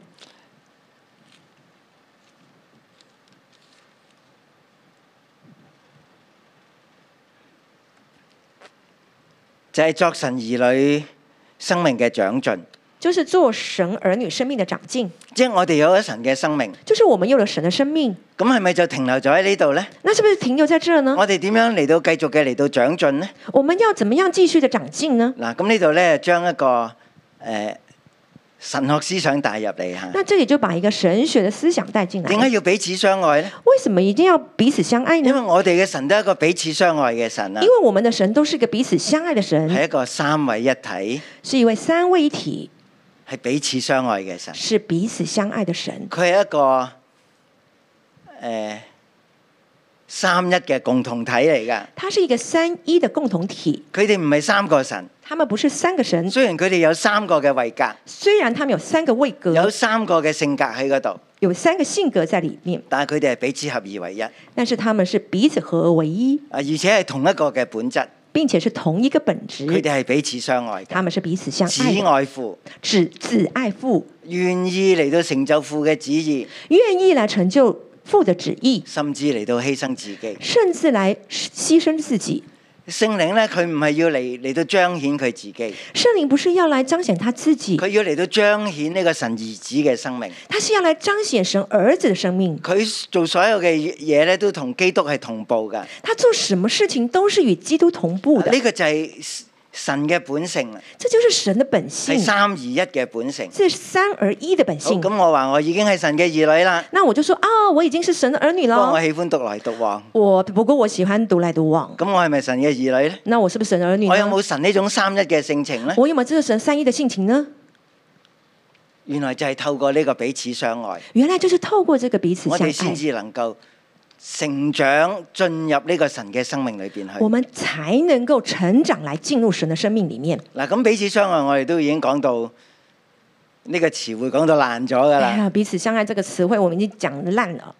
[SPEAKER 2] 就係作神兒女生命嘅長進，
[SPEAKER 3] 就是做神儿女生命的长进，
[SPEAKER 2] 即、即係我哋有咗神嘅生命，
[SPEAKER 3] 就是我们有了神的生命，
[SPEAKER 2] 咁係咪就停留咗喺呢度呢？
[SPEAKER 3] 那是不是停留在这儿呢？
[SPEAKER 2] 我哋點樣嚟到繼續嘅嚟到長進呢？
[SPEAKER 3] 我们要怎么样继续的长进呢？
[SPEAKER 2] 嗱，咁呢度咧將一個誒、呃神學思想帶入嚟
[SPEAKER 3] (laughs)
[SPEAKER 2] 嚇。
[SPEAKER 3] 那这里就把一个神学的思想带进来。
[SPEAKER 2] 點解要彼此相愛呢？
[SPEAKER 3] 为什么一定要彼此相爱
[SPEAKER 2] 因
[SPEAKER 3] 呢？
[SPEAKER 2] 為我哋嘅神都係一個彼此相愛嘅神啊
[SPEAKER 3] 因，为我们的神都是一个彼此相爱的神，
[SPEAKER 2] 係一個三位一體，
[SPEAKER 3] 是一位三位一体，
[SPEAKER 2] 係彼此相愛嘅神。
[SPEAKER 3] 是彼此相爱的神，
[SPEAKER 2] 佢係一個誒、呃三一嘅共同體嚟㗎。
[SPEAKER 3] 它是一个三一的共同体。
[SPEAKER 2] 佢哋唔係三個神，
[SPEAKER 3] 他们不是三个神，
[SPEAKER 2] 雖然佢哋有三個嘅位格，
[SPEAKER 3] 虽然他们有三个位格，
[SPEAKER 2] 有三個嘅性格喺嗰度，
[SPEAKER 3] 有三个性格在里面，
[SPEAKER 2] 但係佢哋係彼此合二為一，啊，
[SPEAKER 3] 但是他们是彼此合而为一，
[SPEAKER 2] 而且係同一個嘅本質，
[SPEAKER 3] 并且是同一个本
[SPEAKER 2] 佢
[SPEAKER 3] 质。
[SPEAKER 2] 哋係彼此相愛嘅，
[SPEAKER 3] 他们是彼此相
[SPEAKER 2] 子
[SPEAKER 3] 爱的，
[SPEAKER 2] 愛父。
[SPEAKER 3] 只只爱父，
[SPEAKER 2] 願意嚟到成就父嘅旨意，
[SPEAKER 3] 愿意来成就父的旨意，
[SPEAKER 2] 甚至嚟到犧牲自己。
[SPEAKER 3] 甚至来牺牲自己。
[SPEAKER 2] 聖靈咧，佢唔係要嚟嚟到彰顯佢自己，
[SPEAKER 3] 圣灵不是要来彰显他自己，
[SPEAKER 2] 佢要嚟到彰顯呢個神兒子嘅生命。
[SPEAKER 3] 他是要来彰显神儿子的生命。
[SPEAKER 2] 佢做所有嘅嘢咧，都同基督係同步㗎。
[SPEAKER 3] 他做什么事情都是与基督同步的
[SPEAKER 2] 呢、，個就係神嘅本性啦，
[SPEAKER 3] 这就是神的本性
[SPEAKER 2] 係，哎三而哦一嘅本性。
[SPEAKER 3] 这是三而一的本
[SPEAKER 2] 好，
[SPEAKER 3] 性。
[SPEAKER 2] 咁我話我已經係神嘅兒女啦，
[SPEAKER 3] 那我就说啊、我已经是神的儿女
[SPEAKER 2] 不過我
[SPEAKER 3] 了。
[SPEAKER 2] 喜歡獨來獨往。
[SPEAKER 3] 我不过我喜欢独来独往，
[SPEAKER 2] 咁我係咪神嘅兒女咧？
[SPEAKER 3] 那我是不是神的儿女呢？
[SPEAKER 2] 哦我有冇神呢種三一嘅性情咧？
[SPEAKER 3] 我有没有这个神三一的性情呢？
[SPEAKER 2] 原來就係透過呢個彼此相愛。
[SPEAKER 3] 原来就是透过这个彼此
[SPEAKER 2] 我
[SPEAKER 3] 相
[SPEAKER 2] 哋先
[SPEAKER 3] 爱，
[SPEAKER 2] 至能夠成長進入呢個神嘅生命裏邊去。
[SPEAKER 3] 我们才能够成长来进入神的生命里面。
[SPEAKER 2] 嗱，咁彼此相愛，我哋都已經講到呢個詞彙講到爛咗㗎
[SPEAKER 3] 哎
[SPEAKER 2] 啦，
[SPEAKER 3] 呀，彼此相爱这个词汇我们已经讲烂了，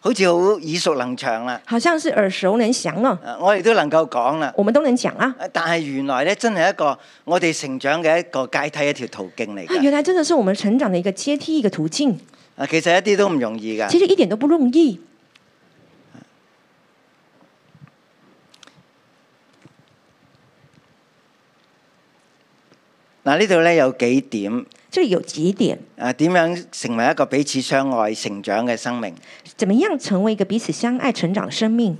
[SPEAKER 2] 好似好耳熟能詳啦。
[SPEAKER 3] 好像是耳熟能详了，
[SPEAKER 2] 啊我哋都能夠講啦，
[SPEAKER 3] 我们都能讲啊。
[SPEAKER 2] 啊但係原來咧，真係一個我哋成長嘅一個階梯、一條途徑嚟
[SPEAKER 3] 啊，
[SPEAKER 2] 㗎。
[SPEAKER 3] 原来真的是我们成长的一个阶梯，一个途径。
[SPEAKER 2] 啊，其實一啲都唔容易
[SPEAKER 3] 其
[SPEAKER 2] 㗎。
[SPEAKER 3] 实一点都不容易。
[SPEAKER 2] 嗱，呢度咧有幾點
[SPEAKER 3] 这里有几点，
[SPEAKER 2] 啊？點樣成為一個彼此相愛、成長嘅生命？
[SPEAKER 3] 怎么样成为一个彼此相爱、成长的生命？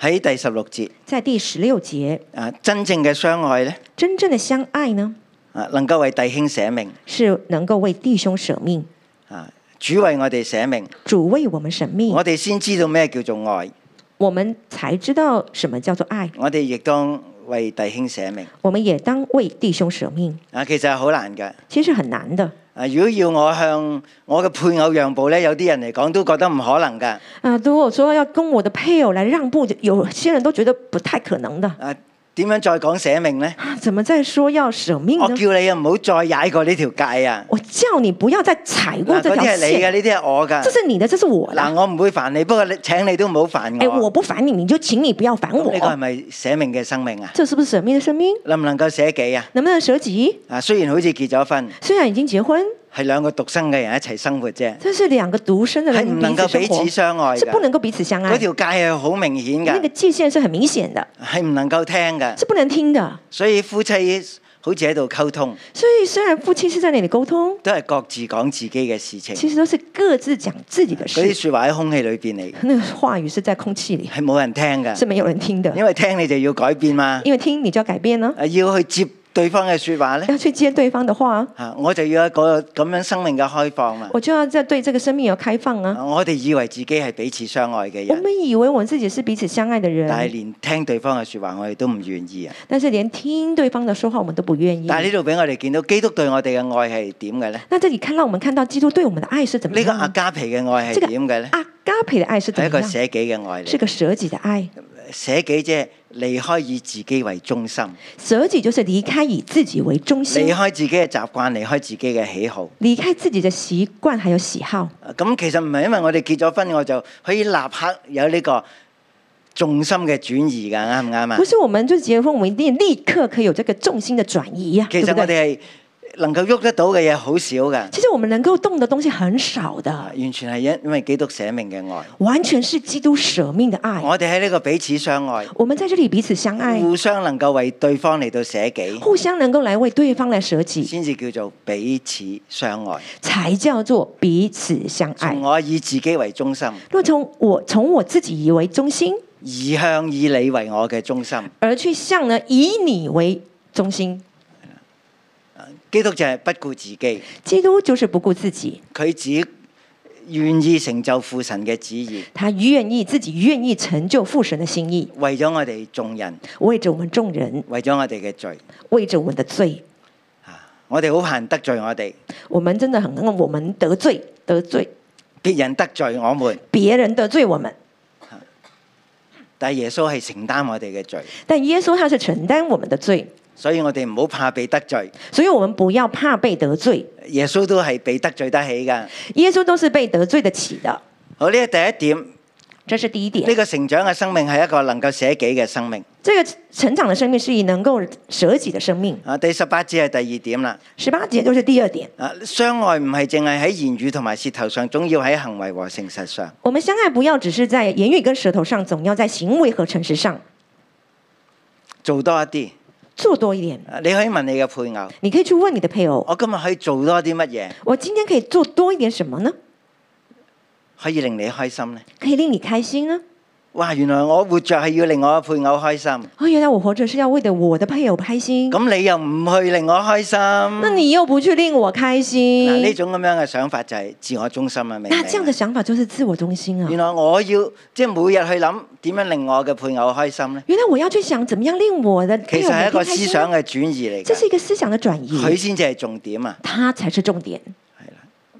[SPEAKER 2] 喺第十六節
[SPEAKER 3] 在第十六节，
[SPEAKER 2] 啊，真正嘅相愛咧
[SPEAKER 3] 真正的相爱呢，
[SPEAKER 2] 啊，能夠為弟兄捨命。
[SPEAKER 3] 是能够为弟兄舍命，
[SPEAKER 2] 啊！主為我哋捨命，
[SPEAKER 3] 主为我们舍命，
[SPEAKER 2] 我哋先知道咩叫做愛，
[SPEAKER 3] 我们才知道什么叫做爱。
[SPEAKER 2] 我哋亦當為弟兄捨命。
[SPEAKER 3] 我们也当为弟兄舍命，
[SPEAKER 2] 啊，其實係好難㗎。
[SPEAKER 3] 其实很难的。
[SPEAKER 2] 啊，如果要我向我嘅配偶讓步咧，有啲人嚟講都覺得唔可能㗎。
[SPEAKER 3] 啊，如果说要跟我的配偶来让步，有些人都觉得不太可能的。
[SPEAKER 2] 啊，點樣再講捨命呢？
[SPEAKER 3] 啊，怎么再说要舍命
[SPEAKER 2] 我
[SPEAKER 3] 呢？
[SPEAKER 2] 叫你啊，唔好再踩過呢條界啊！
[SPEAKER 3] 我叫你不要再踩
[SPEAKER 2] 嗱，
[SPEAKER 3] 过
[SPEAKER 2] 嗰
[SPEAKER 3] 这
[SPEAKER 2] 啲
[SPEAKER 3] 条
[SPEAKER 2] 係你嘅，
[SPEAKER 3] 线。
[SPEAKER 2] 呢啲係我
[SPEAKER 3] 这
[SPEAKER 2] 㗎。
[SPEAKER 3] 是你的，这是我的。
[SPEAKER 2] 嗱，我唔會煩你，不過你請你都唔好煩
[SPEAKER 3] 哎，
[SPEAKER 2] 我。
[SPEAKER 3] 我不烦你，你就请你不要烦
[SPEAKER 2] 咁呢個係
[SPEAKER 3] 我。
[SPEAKER 2] 咪捨命嘅生命啊？
[SPEAKER 3] 这是不是舍命的生命？
[SPEAKER 2] 能唔能夠捨己啊？
[SPEAKER 3] 能不能舍己？
[SPEAKER 2] 啊，雖然好似結咗婚，
[SPEAKER 3] 虽然已经结婚，
[SPEAKER 2] 係兩個獨生嘅人一齊生活啫，
[SPEAKER 3] 但是两个独身的
[SPEAKER 2] 係
[SPEAKER 3] 人
[SPEAKER 2] 唔能
[SPEAKER 3] 彼
[SPEAKER 2] 夠
[SPEAKER 3] 此
[SPEAKER 2] 彼
[SPEAKER 3] 生活
[SPEAKER 2] 此相愛
[SPEAKER 3] 是
[SPEAKER 2] 㗎
[SPEAKER 3] 不。能够彼此相
[SPEAKER 2] 嗰
[SPEAKER 3] 爱，
[SPEAKER 2] 條界係好明顯
[SPEAKER 3] 那个
[SPEAKER 2] 㗎，
[SPEAKER 3] 界限是很明显的，
[SPEAKER 2] 係唔能夠聽㗎，
[SPEAKER 3] 是不能听的。
[SPEAKER 2] 所以夫妻好似喺度溝通，
[SPEAKER 3] 所以虽然夫妻是在那里沟通，
[SPEAKER 2] 都係各自講自己嘅事情。
[SPEAKER 3] 其实都是各自讲自己的
[SPEAKER 2] 嗰啲
[SPEAKER 3] 事，
[SPEAKER 2] 説話喺空氣裏邊嚟，
[SPEAKER 3] 那个话语是在空氣里，
[SPEAKER 2] 係冇人聽
[SPEAKER 3] 是
[SPEAKER 2] 㗎，
[SPEAKER 3] 没有人听的。
[SPEAKER 2] 因為聽嗯你就要改變嘛，
[SPEAKER 3] 因为听你就要改变呢，
[SPEAKER 2] 啊要去接對方嘅説話咧。
[SPEAKER 3] 要去接对方的话，
[SPEAKER 2] 啊！我就要一個咁樣生命嘅開放嘛。
[SPEAKER 3] 我就要在對這个生命有開放啊。
[SPEAKER 2] 啊我哋以為自己係彼此相愛嘅
[SPEAKER 3] 我
[SPEAKER 2] 人，
[SPEAKER 3] 们以為我们自己是彼此相愛的人，
[SPEAKER 2] 但係連聽對方嘅説話我哋都唔願意啊！
[SPEAKER 3] 但是连听对方的说话我们都不愿意。
[SPEAKER 2] 但係呢度俾我哋見到基督對我哋嘅愛係點嘅咧？
[SPEAKER 3] 那这里看到我们看到基督對我们的愛是怎么
[SPEAKER 2] 呢個
[SPEAKER 3] 样
[SPEAKER 2] 阿
[SPEAKER 3] 呢？
[SPEAKER 2] 加皮嘅愛係點嘅咧？
[SPEAKER 3] 啊阿嘎培的愛是怎
[SPEAKER 2] 係一
[SPEAKER 3] 么
[SPEAKER 2] 個
[SPEAKER 3] 样？
[SPEAKER 2] 捨己嘅愛嚟
[SPEAKER 3] 是。个舍己的愛，
[SPEAKER 2] 捨己即係離開以自己為中心，
[SPEAKER 3] 舍己就是離開以自己為中心
[SPEAKER 2] 離，開自己嘅習慣，離開自己嘅喜好。
[SPEAKER 3] 離開自己的習慣還有喜好。
[SPEAKER 2] 呃咁其實唔係因為我哋結咗婚，我就可以立刻有呢個重心嘅轉移㗎，啱唔啱啊
[SPEAKER 3] 不？是我们就結婚，我们一定立刻可以有这个重心的轉移呀、
[SPEAKER 2] 其
[SPEAKER 3] 對
[SPEAKER 2] 實
[SPEAKER 3] 不
[SPEAKER 2] 我
[SPEAKER 3] 對？
[SPEAKER 2] 哋係能夠喐得到嘅嘢好少嘅，
[SPEAKER 3] 其实我们能够动的东西很少
[SPEAKER 2] 啊
[SPEAKER 3] 的，
[SPEAKER 2] 完全係因因為基督捨命嘅愛。
[SPEAKER 3] 完全是基督舍命的爱。
[SPEAKER 2] 我哋喺呢個彼此相愛，
[SPEAKER 3] 我们在这里彼此相爱，
[SPEAKER 2] 互相能夠為對方嚟到捨己，
[SPEAKER 3] 互相能够来为对方来舍己，
[SPEAKER 2] 先至叫做彼此相愛。
[SPEAKER 3] 才叫做彼此相爱
[SPEAKER 2] 從。我以自己為中心，
[SPEAKER 3] 若从我从我自己以为中心，
[SPEAKER 2] 而向以你為我嘅中心。
[SPEAKER 3] 而去向呢以你为中心，
[SPEAKER 2] 基督就係不顧自己，
[SPEAKER 3] 基督就是不顾自己，
[SPEAKER 2] 佢只願意成就父神嘅旨意，
[SPEAKER 3] 他愿意自己愿意成就父神的心意，
[SPEAKER 2] 為咗我哋眾人，
[SPEAKER 3] 为着我们众人，
[SPEAKER 2] 為咗我哋嘅罪。
[SPEAKER 3] 为着我们的罪，
[SPEAKER 2] 我哋好怕人得罪我哋，
[SPEAKER 3] 我们真的很，我们得罪得罪
[SPEAKER 2] 別人得罪我們，
[SPEAKER 3] 别人得罪我们，
[SPEAKER 2] 但係耶穌係承擔我哋嘅罪，
[SPEAKER 3] 但耶稣他是承担我们的罪，
[SPEAKER 2] 所以我哋唔好怕被得罪。
[SPEAKER 3] 所以我们不要怕被得罪，
[SPEAKER 2] 耶穌都係被得罪得起㗎。
[SPEAKER 3] 耶稣都是被得罪得起的，
[SPEAKER 2] 好，呢第一點，呢、
[SPEAKER 3] 这是第一点。
[SPEAKER 2] 個成長嘅生命係一個能夠捨己嘅生命。
[SPEAKER 3] 这个成长的生命是以能够舍己的生命。
[SPEAKER 2] 啊，第十八節係第二點啦。
[SPEAKER 3] 十八节就是第二点，
[SPEAKER 2] 啊，相愛唔係淨係喺言語同埋舌頭上，總要喺行為和誠實上。
[SPEAKER 3] 我们相爱不要只是在言语跟舌头上，总要在行为和诚实上
[SPEAKER 2] 做多一啲。
[SPEAKER 3] 做多一点。
[SPEAKER 2] 啊你可以問你嘅配偶，
[SPEAKER 3] 你可以去问你的配偶，
[SPEAKER 2] 我今日可以做多啲乜嘢，
[SPEAKER 3] 我今天可以做多一点什么呢？
[SPEAKER 2] 可以令你開心呢？
[SPEAKER 3] 可以令你开心呢？
[SPEAKER 2] 哇！原來我活着係要令我嘅配偶開心，
[SPEAKER 3] 哦，原来我活着是要为了我的配偶开心，
[SPEAKER 2] 咁你又唔去令我開心，
[SPEAKER 3] 那
[SPEAKER 2] 嗱
[SPEAKER 3] 你又不去令我开心，
[SPEAKER 2] 呢種咁樣嘅想法就係自我中心啊！明唔明
[SPEAKER 3] 那这样的
[SPEAKER 2] 啊？
[SPEAKER 3] 想法就是自我中心啊
[SPEAKER 2] 原。來我要即係每日去諗點樣令我嘅配偶開心呢？
[SPEAKER 3] 原来我要去想怎么样令我的
[SPEAKER 2] 其
[SPEAKER 3] 配
[SPEAKER 2] 實
[SPEAKER 3] 偶每
[SPEAKER 2] 係一
[SPEAKER 3] 天
[SPEAKER 2] 個
[SPEAKER 3] 开心
[SPEAKER 2] 思
[SPEAKER 3] 呢
[SPEAKER 2] 想嘅轉移嚟
[SPEAKER 3] 这是
[SPEAKER 2] 㗎，
[SPEAKER 3] 一个思想的转
[SPEAKER 2] 佢
[SPEAKER 3] 移，
[SPEAKER 2] 先至係重點啊！
[SPEAKER 3] 它才是重点，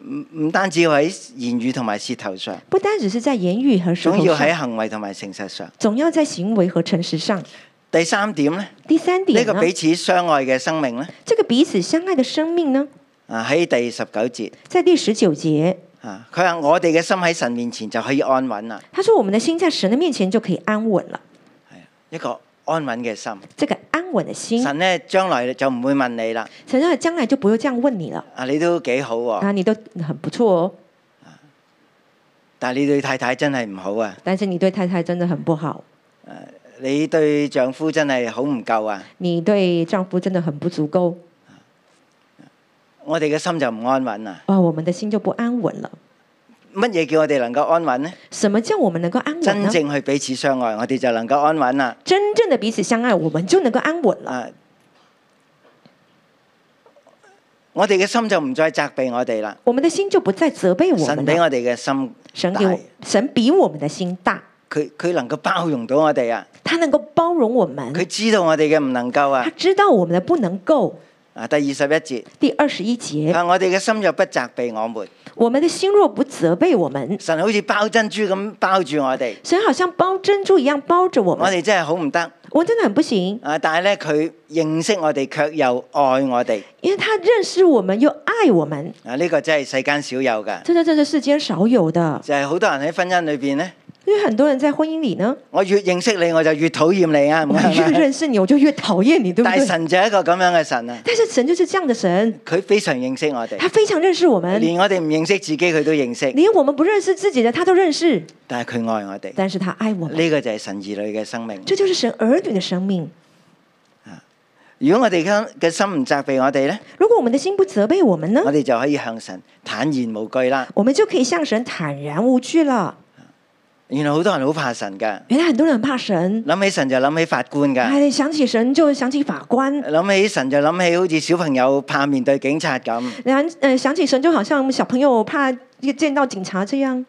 [SPEAKER 2] 唔唔單止要喺言語同埋舌頭上，
[SPEAKER 3] 不单只是在言语和舌
[SPEAKER 2] 總
[SPEAKER 3] 头
[SPEAKER 2] 要喺
[SPEAKER 3] 上，
[SPEAKER 2] 行為同埋誠實上。
[SPEAKER 3] 总要在行为和诚实上。
[SPEAKER 2] 第三點呢，
[SPEAKER 3] 第三
[SPEAKER 2] 呢
[SPEAKER 3] 点啊
[SPEAKER 2] 個
[SPEAKER 3] 呢，
[SPEAKER 2] 彼此相愛嘅生命呢，
[SPEAKER 3] 这个彼此相爱的生命呢，
[SPEAKER 2] 啊喺第十九節。
[SPEAKER 3] 在第十九节，
[SPEAKER 2] 啊！佢話：我哋嘅心喺神面前就可以安穩啦，
[SPEAKER 3] 他说我们的心在神的面前就可以安稳了。
[SPEAKER 2] 一個安穩嘅心。
[SPEAKER 3] 这个安穩的心，
[SPEAKER 2] 神咧將來就唔會問你啦。
[SPEAKER 3] 神让将来就不会这样问你了
[SPEAKER 2] 啊，你都幾好喎、
[SPEAKER 3] 啊，你都很不错哦，
[SPEAKER 2] 但係你對太太真係唔好啊，
[SPEAKER 3] 但是你对太太真的很不好，
[SPEAKER 2] 你對丈夫真係好唔夠啊。
[SPEAKER 3] 你对丈夫真的很不足够
[SPEAKER 2] 我哋嘅心就唔安穩啊。
[SPEAKER 3] 哇，我们的心就不安穩了。
[SPEAKER 2] 乜嘢叫我哋能夠安穩呢？
[SPEAKER 3] 什么叫我们能够安穩
[SPEAKER 2] 真
[SPEAKER 3] 呢？
[SPEAKER 2] 正去彼此相愛，我哋就能夠安穩啦。
[SPEAKER 3] 真正的彼此相爱，我们就能够安穩了。
[SPEAKER 2] 啊，我哋嘅心就唔再責備我哋啦。
[SPEAKER 3] 我们的心就不再责备我
[SPEAKER 2] 神
[SPEAKER 3] 们
[SPEAKER 2] 俾
[SPEAKER 3] 了。
[SPEAKER 2] 我哋嘅心
[SPEAKER 3] 神
[SPEAKER 2] 大
[SPEAKER 3] 给，我神比我们的心大，
[SPEAKER 2] 佢佢能夠包容到我哋啊。
[SPEAKER 3] 他能够包容我
[SPEAKER 2] 佢
[SPEAKER 3] 们，
[SPEAKER 2] 知道我哋嘅唔能夠啊
[SPEAKER 3] 他。知道我们的不能够。
[SPEAKER 2] 啊，第二十一節，
[SPEAKER 3] 第二十一
[SPEAKER 2] 佢
[SPEAKER 3] 节，
[SPEAKER 2] 話我哋嘅心就不責備我們。
[SPEAKER 3] 我们的心若不责备我们，
[SPEAKER 2] 神好似包珍珠咁包住我哋，
[SPEAKER 3] 神好像包珍珠一样包着我
[SPEAKER 2] 我
[SPEAKER 3] 们。
[SPEAKER 2] 哋真係好唔得
[SPEAKER 3] 我真的很不行，
[SPEAKER 2] 啊！但係咧，佢認識我哋，卻又愛我哋
[SPEAKER 3] 因为他认识我们又爱我们，
[SPEAKER 2] 啊！呢、個真係世間少有噶，
[SPEAKER 3] 这是这是世间少有的。
[SPEAKER 2] 就係好多人喺婚姻裏邊咧，
[SPEAKER 3] 因为很多人在婚姻里呢，
[SPEAKER 2] 我越認識你，我就越討厭你啊！唔
[SPEAKER 3] 我 (laughs) 越
[SPEAKER 2] 係嘛
[SPEAKER 3] 认识你，我就越讨厌你，对不
[SPEAKER 2] 但係
[SPEAKER 3] 对？
[SPEAKER 2] 神就係一個咁樣嘅神啊！
[SPEAKER 3] 但是神就是这样的神，
[SPEAKER 2] 佢非常認識我
[SPEAKER 3] 他
[SPEAKER 2] 哋，
[SPEAKER 3] 非常认识我们，
[SPEAKER 2] 連我哋唔認識自己，佢都認識。
[SPEAKER 3] 连我们不认识自己的他都认识，
[SPEAKER 2] 但係佢愛我哋，
[SPEAKER 3] 但是他爱我们。
[SPEAKER 2] 呢、個就係神兒女嘅生命。
[SPEAKER 3] 这就是神儿女的生命。
[SPEAKER 2] 如果我哋嘅心唔責備我哋咧，
[SPEAKER 3] 如果我们的心不责备我们呢
[SPEAKER 2] 我，哋就可以向神坦然無懼啦。
[SPEAKER 3] 我们就可以向神坦然无惧了。
[SPEAKER 2] 原來好多人好怕神㗎，
[SPEAKER 3] 原来很多人很怕神，
[SPEAKER 2] 諗起神就諗起法官㗎。
[SPEAKER 3] 哎，想起神就想起法官，
[SPEAKER 2] 諗起神就諗起好似小朋友怕面對警察咁，
[SPEAKER 3] 然呃想起神就好像小朋友怕见到警察这样，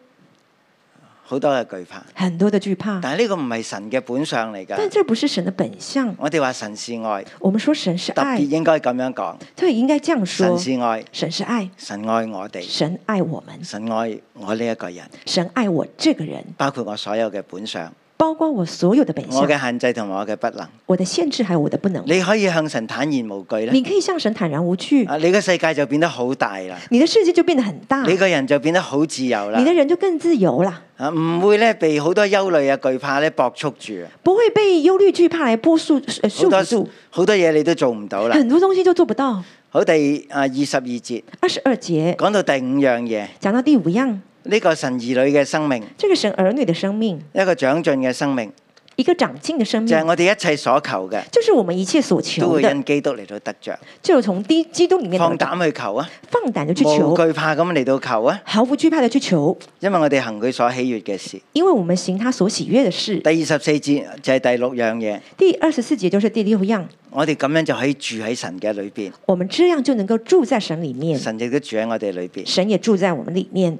[SPEAKER 2] 好多嘅懼怕。
[SPEAKER 3] 很多的惧怕。
[SPEAKER 2] 但係呢個唔係神嘅本相嚟
[SPEAKER 3] 但
[SPEAKER 2] 㗎。
[SPEAKER 3] 这不是神的本相。
[SPEAKER 2] 我哋話神是愛，
[SPEAKER 3] 我们说神是
[SPEAKER 2] 特別
[SPEAKER 3] 爱，
[SPEAKER 2] 應該咁樣講。
[SPEAKER 3] 对，應該这样说
[SPEAKER 2] 神：是愛，
[SPEAKER 3] 神是爱，
[SPEAKER 2] 神愛我哋，
[SPEAKER 3] 神爱我们，
[SPEAKER 2] 神愛我呢一個人，
[SPEAKER 3] 神爱我这个人，
[SPEAKER 2] 包括我所有嘅本相、
[SPEAKER 3] 包括我所有的本
[SPEAKER 2] 我
[SPEAKER 3] 相，
[SPEAKER 2] 嘅限制同埋我嘅不能。
[SPEAKER 3] 我的限制还有我的不能。
[SPEAKER 2] 你可以向神坦然無懼咧
[SPEAKER 3] 你，可以向神坦然无惧，
[SPEAKER 2] 啊，你嘅世界就變得好大啦，
[SPEAKER 3] 你的世界就变得很大。
[SPEAKER 2] 你個人就變得好自由啦
[SPEAKER 3] 啊你，的人就更自由啦，
[SPEAKER 2] 啊，唔會咧被好多憂慮啊、懼怕咧搏束住，啊
[SPEAKER 3] 不会被忧虑、惧怕来波束
[SPEAKER 2] 好
[SPEAKER 3] 呃束缚
[SPEAKER 2] 多
[SPEAKER 3] 住，嗯
[SPEAKER 2] 好多嘢你都做唔到啦。
[SPEAKER 3] 很多东西就做不到。
[SPEAKER 2] 好,好，第啊二十二節
[SPEAKER 3] 二十二节
[SPEAKER 2] 講到第五樣嘢，
[SPEAKER 3] 讲到第五样，
[SPEAKER 2] 呢、個神兒女嘅生命，
[SPEAKER 3] 这个神儿女的生命，
[SPEAKER 2] 一個長進嘅生命，
[SPEAKER 3] 一个长进的生
[SPEAKER 2] 就係
[SPEAKER 3] 命，
[SPEAKER 2] 我哋一切所求嘅，
[SPEAKER 3] 就是我们一切所
[SPEAKER 2] 都
[SPEAKER 3] 嗯求
[SPEAKER 2] 會
[SPEAKER 3] 的，
[SPEAKER 2] 因基督嚟到得着。
[SPEAKER 3] 就是从基基督里面
[SPEAKER 2] 放
[SPEAKER 3] 得到，
[SPEAKER 2] 膽去求啊，
[SPEAKER 3] 放胆的去
[SPEAKER 2] 無
[SPEAKER 3] 求，
[SPEAKER 2] 懼怕咁嚟到求啊，
[SPEAKER 3] 毫不惧怕的去求，
[SPEAKER 2] 因為我哋行佢所喜悅嘅事。
[SPEAKER 3] 因为我们行他所喜悦的事。
[SPEAKER 2] 第二十四節就係第六樣嘢，
[SPEAKER 3] 第二十四节就是第六样，
[SPEAKER 2] 我哋咁樣就可以住喺神嘅裏邊，
[SPEAKER 3] 我们这样就能够住在神里面，
[SPEAKER 2] 神亦都住喺我哋裏邊。
[SPEAKER 3] 神也住在我们里面。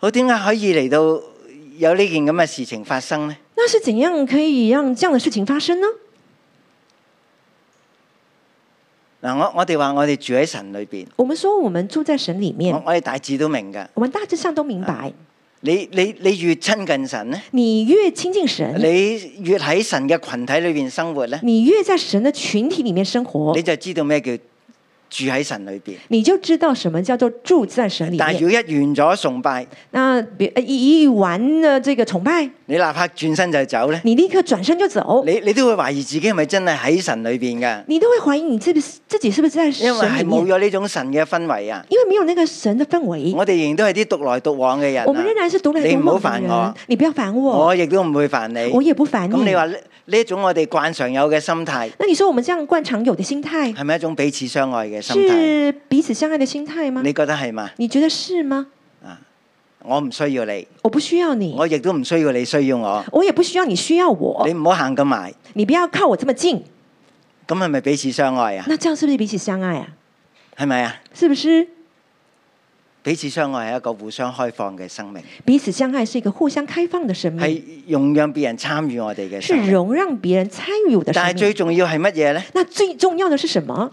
[SPEAKER 2] 好，點解可以嚟到有呢件咁嘅事情發生呢？
[SPEAKER 3] 那是怎样可以让这样的事情发生呢？
[SPEAKER 2] 嗱，我我哋話我哋住喺神裏邊，
[SPEAKER 3] 我们说我们住在神里
[SPEAKER 2] 我
[SPEAKER 3] 面，
[SPEAKER 2] 我哋大致都明㗎。
[SPEAKER 3] 我们大致上都明白，
[SPEAKER 2] 你你你越親近神咧，
[SPEAKER 3] 你越亲近神，
[SPEAKER 2] 你越喺神嘅群體裏邊生活咧，
[SPEAKER 3] 你越在神的群体里面生活
[SPEAKER 2] 你，就知道咩叫住喺神裏邊。
[SPEAKER 3] 你就知道什么叫做住在神里
[SPEAKER 2] 但係如
[SPEAKER 3] 面。
[SPEAKER 2] 果一完咗崇拜，
[SPEAKER 3] 那别呃一一完了这个崇拜，
[SPEAKER 2] 你立刻轉身就走咧，
[SPEAKER 3] 你立刻转身就走，
[SPEAKER 2] 你你都會懷疑自己係咪真係喺神裏邊㗎？
[SPEAKER 3] 你都会怀疑你自己自己是不是在
[SPEAKER 2] 因為
[SPEAKER 3] 神
[SPEAKER 2] 係
[SPEAKER 3] 里
[SPEAKER 2] 冇
[SPEAKER 3] 面，
[SPEAKER 2] 咗呢種神嘅氛圍啊！
[SPEAKER 3] 因为没有那个神的氛围。
[SPEAKER 2] 我哋仍然都係啲獨來獨往嘅人、
[SPEAKER 3] 我们仍
[SPEAKER 2] 啊，
[SPEAKER 3] 然是独来
[SPEAKER 2] 你唔
[SPEAKER 3] 独
[SPEAKER 2] 好
[SPEAKER 3] 往的
[SPEAKER 2] 煩我
[SPEAKER 3] 人，你不要烦我，
[SPEAKER 2] 我亦都唔會煩你。
[SPEAKER 3] 我也不烦
[SPEAKER 2] 咁
[SPEAKER 3] 你
[SPEAKER 2] 你。話呢呢一種我哋慣常有嘅心態，
[SPEAKER 3] 那你说我们这样惯常有的心态
[SPEAKER 2] 係咪一種彼此相愛嘅心態？
[SPEAKER 3] 是啊彼此相爱的心态吗？
[SPEAKER 2] 你覺得係嘛？
[SPEAKER 3] 你觉得是吗？
[SPEAKER 2] 我唔需要你，
[SPEAKER 3] 我不需要你，
[SPEAKER 2] 我亦都唔需要你需要我。
[SPEAKER 3] 我也不需要你需要我
[SPEAKER 2] 你，唔好行咁埋，
[SPEAKER 3] 你不要靠我这么近。
[SPEAKER 2] 咁係咪彼此相愛啊？
[SPEAKER 3] 那这样是不是彼此相爱啊？
[SPEAKER 2] 係咪啊？
[SPEAKER 3] 是不是
[SPEAKER 2] 彼此相愛係一個互相開放嘅生命，
[SPEAKER 3] 彼此相爱是一个互相开放的生命，
[SPEAKER 2] 係容讓別人參與我哋嘅生
[SPEAKER 3] 嗯是
[SPEAKER 2] 命。
[SPEAKER 3] 容让别人参与我的
[SPEAKER 2] 但
[SPEAKER 3] 生
[SPEAKER 2] 係最
[SPEAKER 3] 命。
[SPEAKER 2] 重要係乜嘢呢？
[SPEAKER 3] 那最重要的是什么？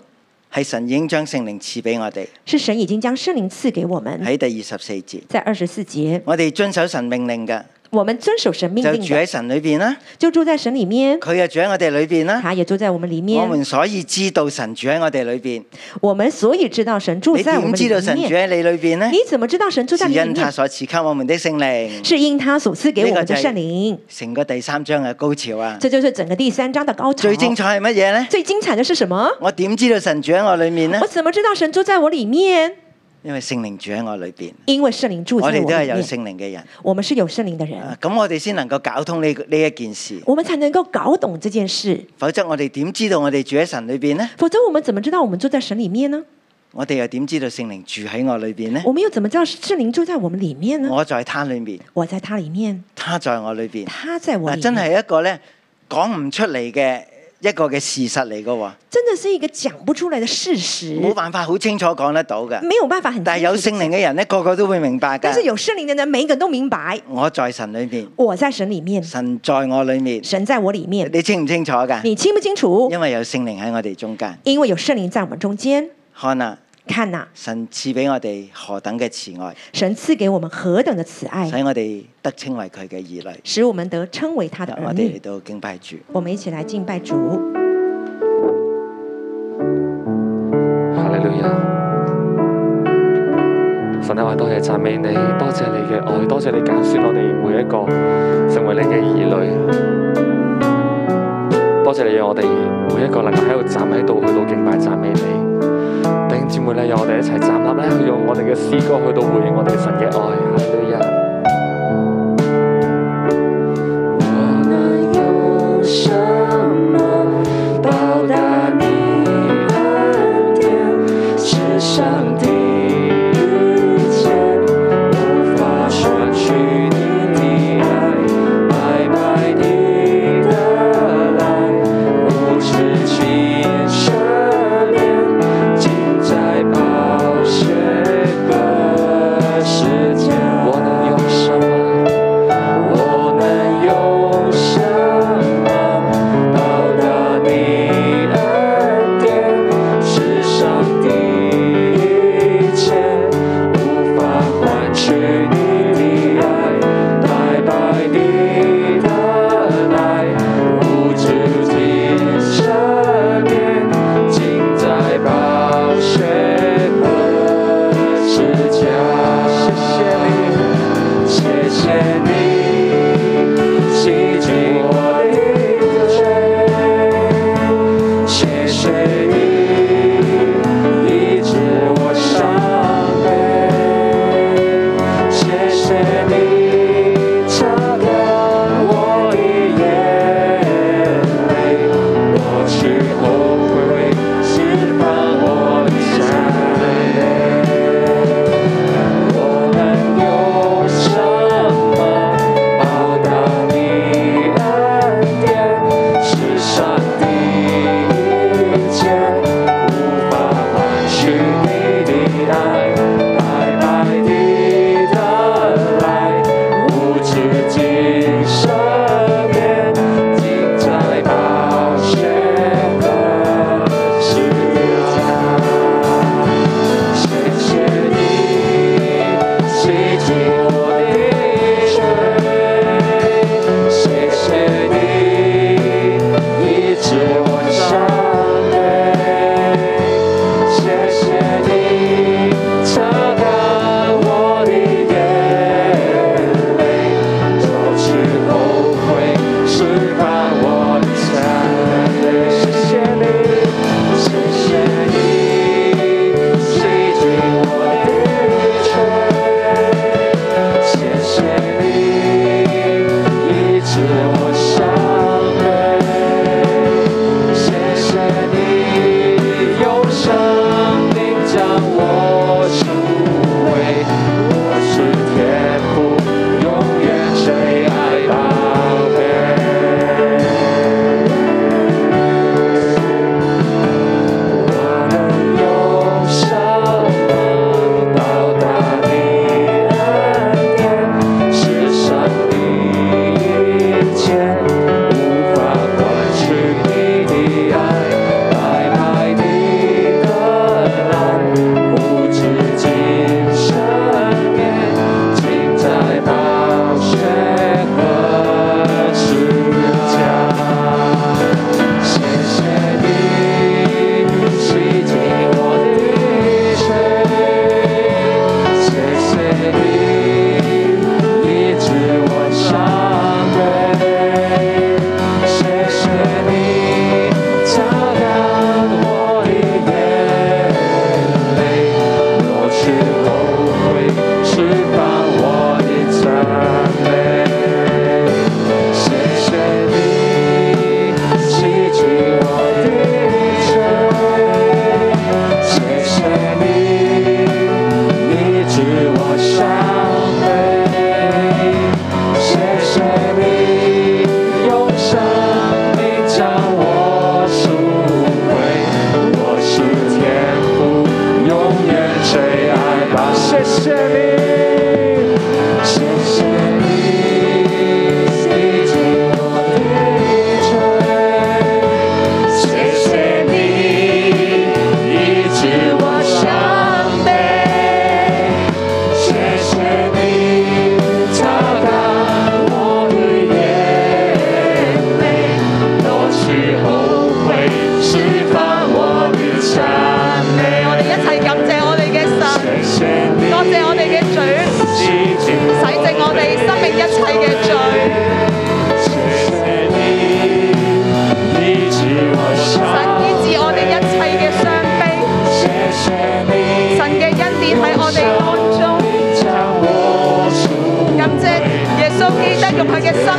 [SPEAKER 2] 係神已經將聖靈賜俾我哋
[SPEAKER 3] 是神已经将圣灵赐给我们，
[SPEAKER 2] 喺第二十四節。
[SPEAKER 3] 在二十四节，
[SPEAKER 2] 我哋遵守神命令嘅，
[SPEAKER 3] 我们遵守神命
[SPEAKER 2] 就
[SPEAKER 3] 令
[SPEAKER 2] 住
[SPEAKER 3] 的，
[SPEAKER 2] 喺神裏邊啦。
[SPEAKER 3] 就住在神里面，
[SPEAKER 2] 佢又住喺我哋裏邊啦。
[SPEAKER 3] 他也住在我们里
[SPEAKER 2] 我
[SPEAKER 3] 面。
[SPEAKER 2] 們所以知道神住喺我哋裏邊。
[SPEAKER 3] 我们所以知道神住
[SPEAKER 2] 你
[SPEAKER 3] 在我
[SPEAKER 2] 點
[SPEAKER 3] 們
[SPEAKER 2] 知道
[SPEAKER 3] 里
[SPEAKER 2] 神住
[SPEAKER 3] 面。
[SPEAKER 2] 喺你裏邊呢
[SPEAKER 3] 你？怎么知道神住在
[SPEAKER 2] 是
[SPEAKER 3] 你里
[SPEAKER 2] 因他
[SPEAKER 3] 面？
[SPEAKER 2] 所賜給我們的聖靈。
[SPEAKER 3] 是因他所赐给我们的圣灵。
[SPEAKER 2] 成個第三章嘅高潮啊！
[SPEAKER 3] 这就是整个第三章的高潮。
[SPEAKER 2] 最精彩係乜嘢呢？
[SPEAKER 3] 最精彩的是什么？
[SPEAKER 2] 我點知道神住喺我裏面呢
[SPEAKER 3] 我？怎么知道神住在我里面？
[SPEAKER 2] 因為聖靈住喺我裏邊，
[SPEAKER 3] 因为圣灵住
[SPEAKER 2] 我
[SPEAKER 3] 在我里
[SPEAKER 2] 哋都係有
[SPEAKER 3] 面。
[SPEAKER 2] 聖靈嘅人，
[SPEAKER 3] 我们是有圣灵的人，
[SPEAKER 2] 啊咁我哋先能夠搞通呢呢一件事。
[SPEAKER 3] 我们才能够搞懂这件事。
[SPEAKER 2] 否則我哋點知道我哋住喺神裏邊呢？
[SPEAKER 3] 否则我们怎么知道我们住在神里面呢？
[SPEAKER 2] 我哋又點知道聖靈住喺我裏邊呢？
[SPEAKER 3] 我们又怎么知道圣灵住在我们里面呢？
[SPEAKER 2] 我在他裏面，
[SPEAKER 3] 我在他里面，
[SPEAKER 2] 他在我裏邊。
[SPEAKER 3] 他在我
[SPEAKER 2] 嗱，
[SPEAKER 3] 里
[SPEAKER 2] 啊真
[SPEAKER 3] 面，
[SPEAKER 2] 係一個咧講唔出嚟嘅一個嘅事實嚟嘅喎，
[SPEAKER 3] 真的是一个讲不出来的事实，
[SPEAKER 2] 冇辦法好清楚講得到嘅。
[SPEAKER 3] 没有办法很
[SPEAKER 2] 但係
[SPEAKER 3] 清
[SPEAKER 2] 有
[SPEAKER 3] 楚地
[SPEAKER 2] 聖靈嘅人咧，個個都會明白
[SPEAKER 3] 但是
[SPEAKER 2] 㗎。
[SPEAKER 3] 有圣灵的人，每一个人都明白，
[SPEAKER 2] 我在神裏面，
[SPEAKER 3] 我在神里面，
[SPEAKER 2] 神在我裏面，
[SPEAKER 3] 神在我里面。
[SPEAKER 2] 你清唔清楚㗎？
[SPEAKER 3] 你清不清楚？
[SPEAKER 2] 因為有聖靈喺我哋中間。
[SPEAKER 3] 因为有圣灵在我们中间。
[SPEAKER 2] 看啊，
[SPEAKER 3] 看呐、
[SPEAKER 2] 神賜俾我哋何等嘅慈愛，
[SPEAKER 3] 神赐给我们何等的慈爱，
[SPEAKER 2] 使我哋得稱為佢嘅兒女。
[SPEAKER 3] 使我们得称为他的
[SPEAKER 2] 我
[SPEAKER 3] 儿
[SPEAKER 2] 哋嚟
[SPEAKER 3] 女。
[SPEAKER 2] 到敬拜主。
[SPEAKER 3] 我们一起来敬拜主。
[SPEAKER 4] 哈利路亞！神啊，我哋多謝讚美你，多謝你嘅愛，多謝你揀選我哋每一個成為你嘅兒女，多謝你讓我哋每一個能夠喺度站喺度去到敬拜讚美你。弟兄姊妹咧，讓我哋一齊站立咧，去用我哋嘅詩歌去到回應我哋神嘅愛。哈利路亞！我能有什么报答你恩典？是上帝一切无法舍去你的爱，白白地的来，无止境生命，尽在宝血和时间。我能有什么？我能用什么报答你恩典？是上帝一
[SPEAKER 5] 穌基督用佢嘅生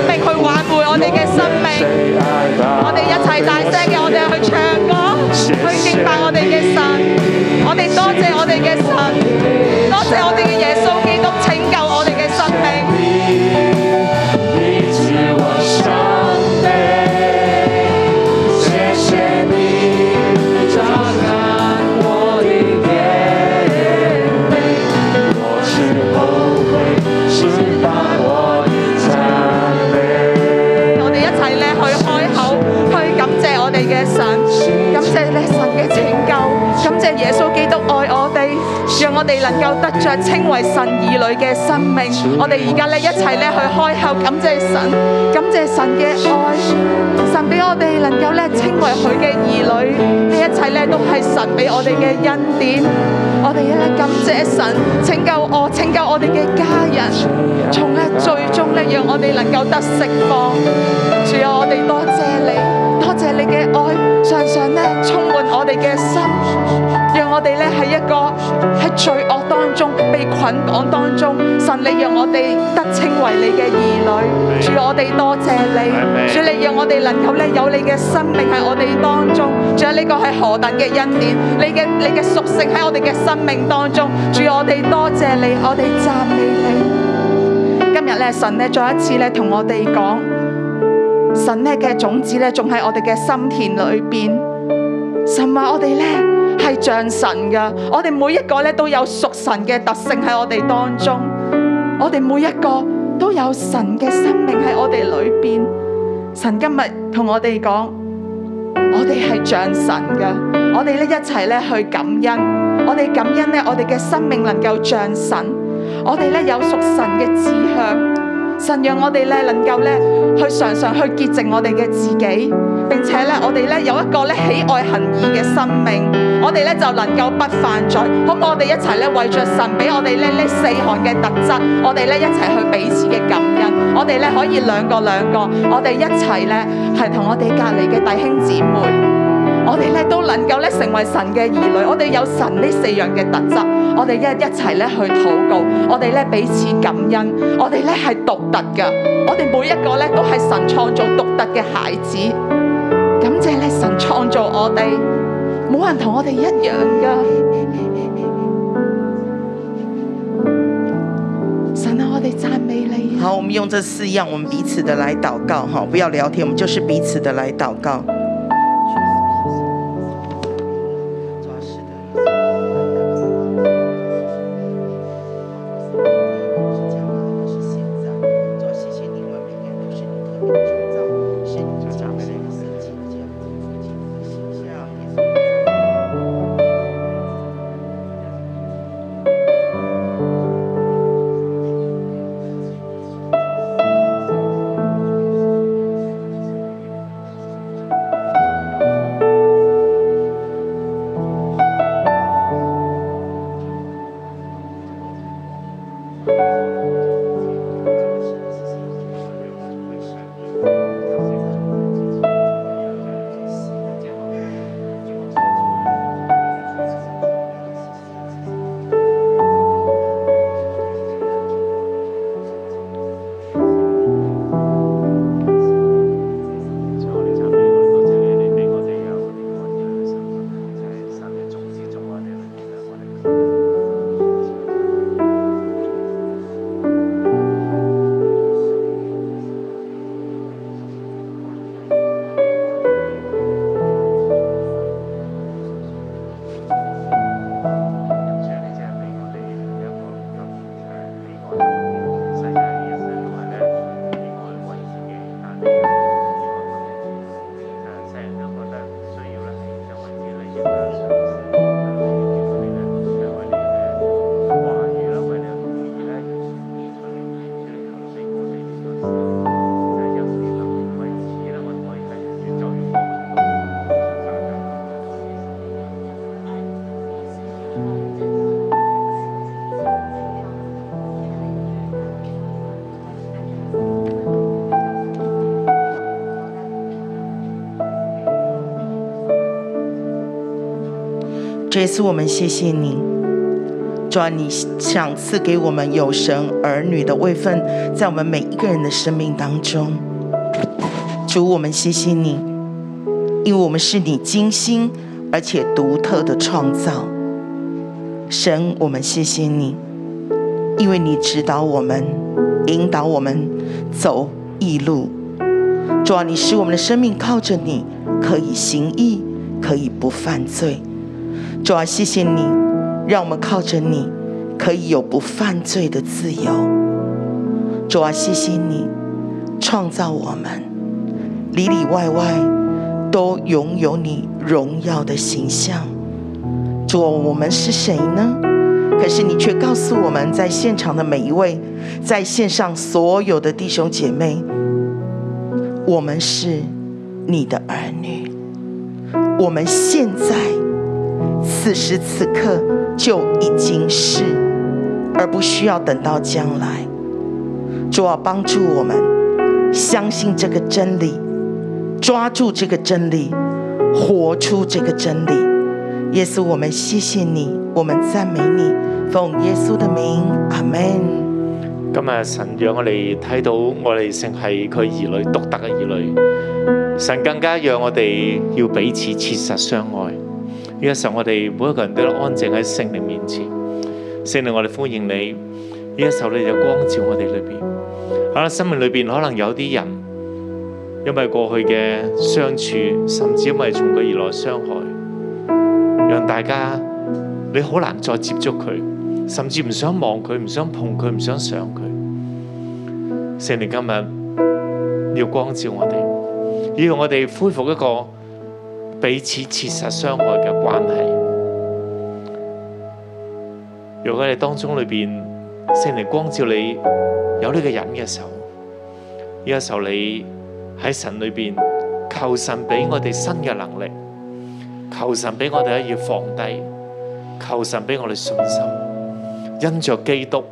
[SPEAKER 5] 命去挽回我哋嘅生命。
[SPEAKER 4] 谁爱吧
[SPEAKER 5] 我哋一齊大聲嘅，我哋去唱歌，去敬拜我哋嘅神。我哋多謝我哋嘅神，多謝我哋嘅耶穌基督拯救我哋嘅生命。
[SPEAKER 4] 你知我伤悲，谢谢你照看我的眼泪，我是后悔，是把我的赞美。
[SPEAKER 5] 我哋一齊咧去開口，去感謝我哋嘅神，感謝咧神嘅拯救，感謝耶穌基督愛我哋，讓我哋能夠得着稱為神兒女嘅生命。我哋而家咧一齊咧去開口感謝神，感謝神嘅愛，神俾我哋能夠咧稱為佢嘅兒女，呢一切咧都係神俾我哋嘅恩典。我哋咧感謝神拯救我，拯救我哋嘅家人，從咧最終咧讓我哋能夠得釋放。主啊，我哋多謝你，多謝你嘅愛，常常咧充滿我哋嘅心，讓我哋咧喺一個喺罪惡當中被捆綁當中，神你讓我哋得稱為你嘅兒女。主啊，我哋多謝你，主你讓我哋能夠咧有你嘅生命喺我哋當中，主啊，呢個係何等嘅恩典，你嘅你嘅屬性喺我哋嘅生命當中，主啊，我哋多謝你，我哋讚美你。今日咧，神咧再一次咧同我哋講。神咧嘅種子咧，仲喺我哋嘅心田裏邊。神話我哋咧係像神噶，我哋每一個咧都有屬神嘅特性喺我哋當中，我哋每一個都有神嘅生命喺我哋裏邊。神今日同我哋講，我哋係像神噶，我哋咧一齊咧去感恩，我哋感恩咧，我哋嘅生命能夠像神，我哋咧有屬神嘅志向。神讓我哋咧能夠咧去常常去潔淨我哋嘅自己，並且咧我哋咧有一個咧喜愛行義嘅生命，我哋咧就能夠不犯罪。好唔好？我哋一齊咧為着神俾我哋咧呢四項嘅特質，我哋咧一齊去彼此嘅感恩。我哋咧可以兩個兩個，我哋一齊咧係同我哋隔離嘅弟兄姊妹。我哋咧都能夠咧成為神嘅兒女，我哋有神呢四樣嘅特質，我哋一一齊咧去禱告，我哋咧彼此感恩，我哋咧係獨特嘅，我哋每一個咧都係神創造獨特嘅孩子，感謝咧神創造我哋，冇人同我哋一樣噶，神啊，我哋讚美你啊！
[SPEAKER 6] 好，我们用这四样，我们彼此的来祷告哈，不要聊天，我们就是彼此的来祷告。
[SPEAKER 7] 뭐,
[SPEAKER 6] 这一次我们谢谢你，主啊，你想赐给我们有神儿女的位分，在我们每一个人的生命当中。主，我们谢谢你，因为我们是你精心而且独特的创造。神，我们谢谢你，因为你指导我们，引导我们走义路。主啊，你使我们的生命靠着你可以行义，可以不犯罪。主啊，谢谢你，让我们靠着你可以有不犯罪的自由。主啊，谢谢你创造我们，里里外外都拥有你荣耀的形象。主啊，我们是谁呢？可是你却告诉我们在现场的每一位，在线上所有的弟兄姐妹，我们是你的儿女。我们现在此时此刻就已经是，而不需要等到将来。主啊，帮助我们相信这个真理，抓住这个真理，活出这个真理。耶稣，我们谢谢你，我们赞美你，奉耶稣的名，阿门。
[SPEAKER 8] 今日神讓我哋睇到我哋成係佢兒女獨特嘅兒女，神更加讓我哋要彼此切實相愛。呢個時候我哋每一個人都安靜喺聖靈面前，聖靈我哋歡迎你。呢個時候你就光照我哋裏邊。可能生命裏邊可能有啲人，因為過去嘅相處，甚至因為從佢而來傷害，讓大家你好難再接觸佢。甚至唔想望佢，唔想碰佢，唔想想佢。聖靈今日要光照我哋，要我哋恢復一個彼此切實相愛嘅關係。如果你當中裏邊聖靈光照你有呢個人嘅時候，呢個時候你喺神裏邊求神俾我哋新嘅能力，求神俾我哋要放低，求神俾我哋信心。因着基督，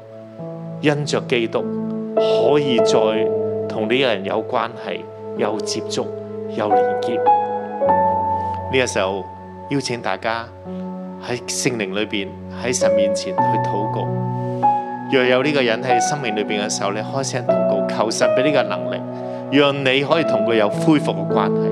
[SPEAKER 8] 因着基督，可以再同呢個人有關係、有接觸、有連結。呢、個時候邀請大家喺聖靈裏邊、喺神面前去禱告。若有呢個人喺生命裏邊嘅時候，你開聲禱告，求神俾呢個能力，讓你可以同佢有恢復嘅關係。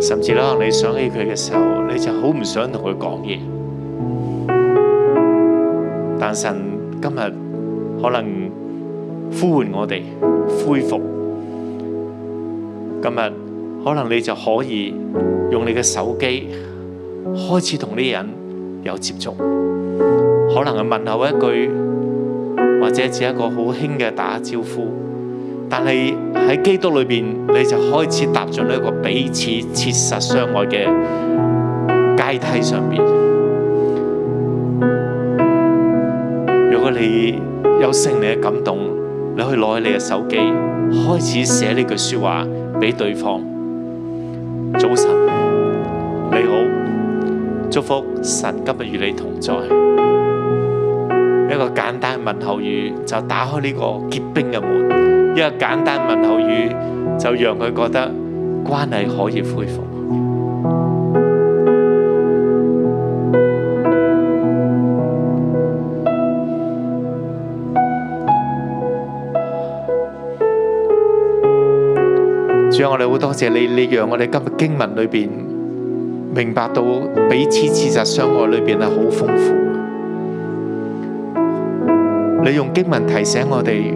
[SPEAKER 8] 甚至可能你想起佢嘅時候，你就好唔想同佢講嘢。但神今日可能呼喚我哋恢復，今日可能你就可以用你嘅手機開始同呢人有接觸，可能係問候一句，或者只係一個好輕嘅打招呼。但係喺基督裏邊，你就開始踏進一個彼此切實相愛嘅階梯上邊。如果你有聖靈嘅感動，你可以攞起你嘅手機，開始寫呢句説話俾對方。早晨，你好，祝福神今日與你同在。一個簡單嘅問候語就打開呢個結冰嘅門。一個簡單問候語，就讓佢覺得關係可以恢復。主啊，我哋好多謝你，你讓我哋今日經文裏邊明白到彼此切實相愛裏邊係好豐富嘅。你用經文提醒我哋。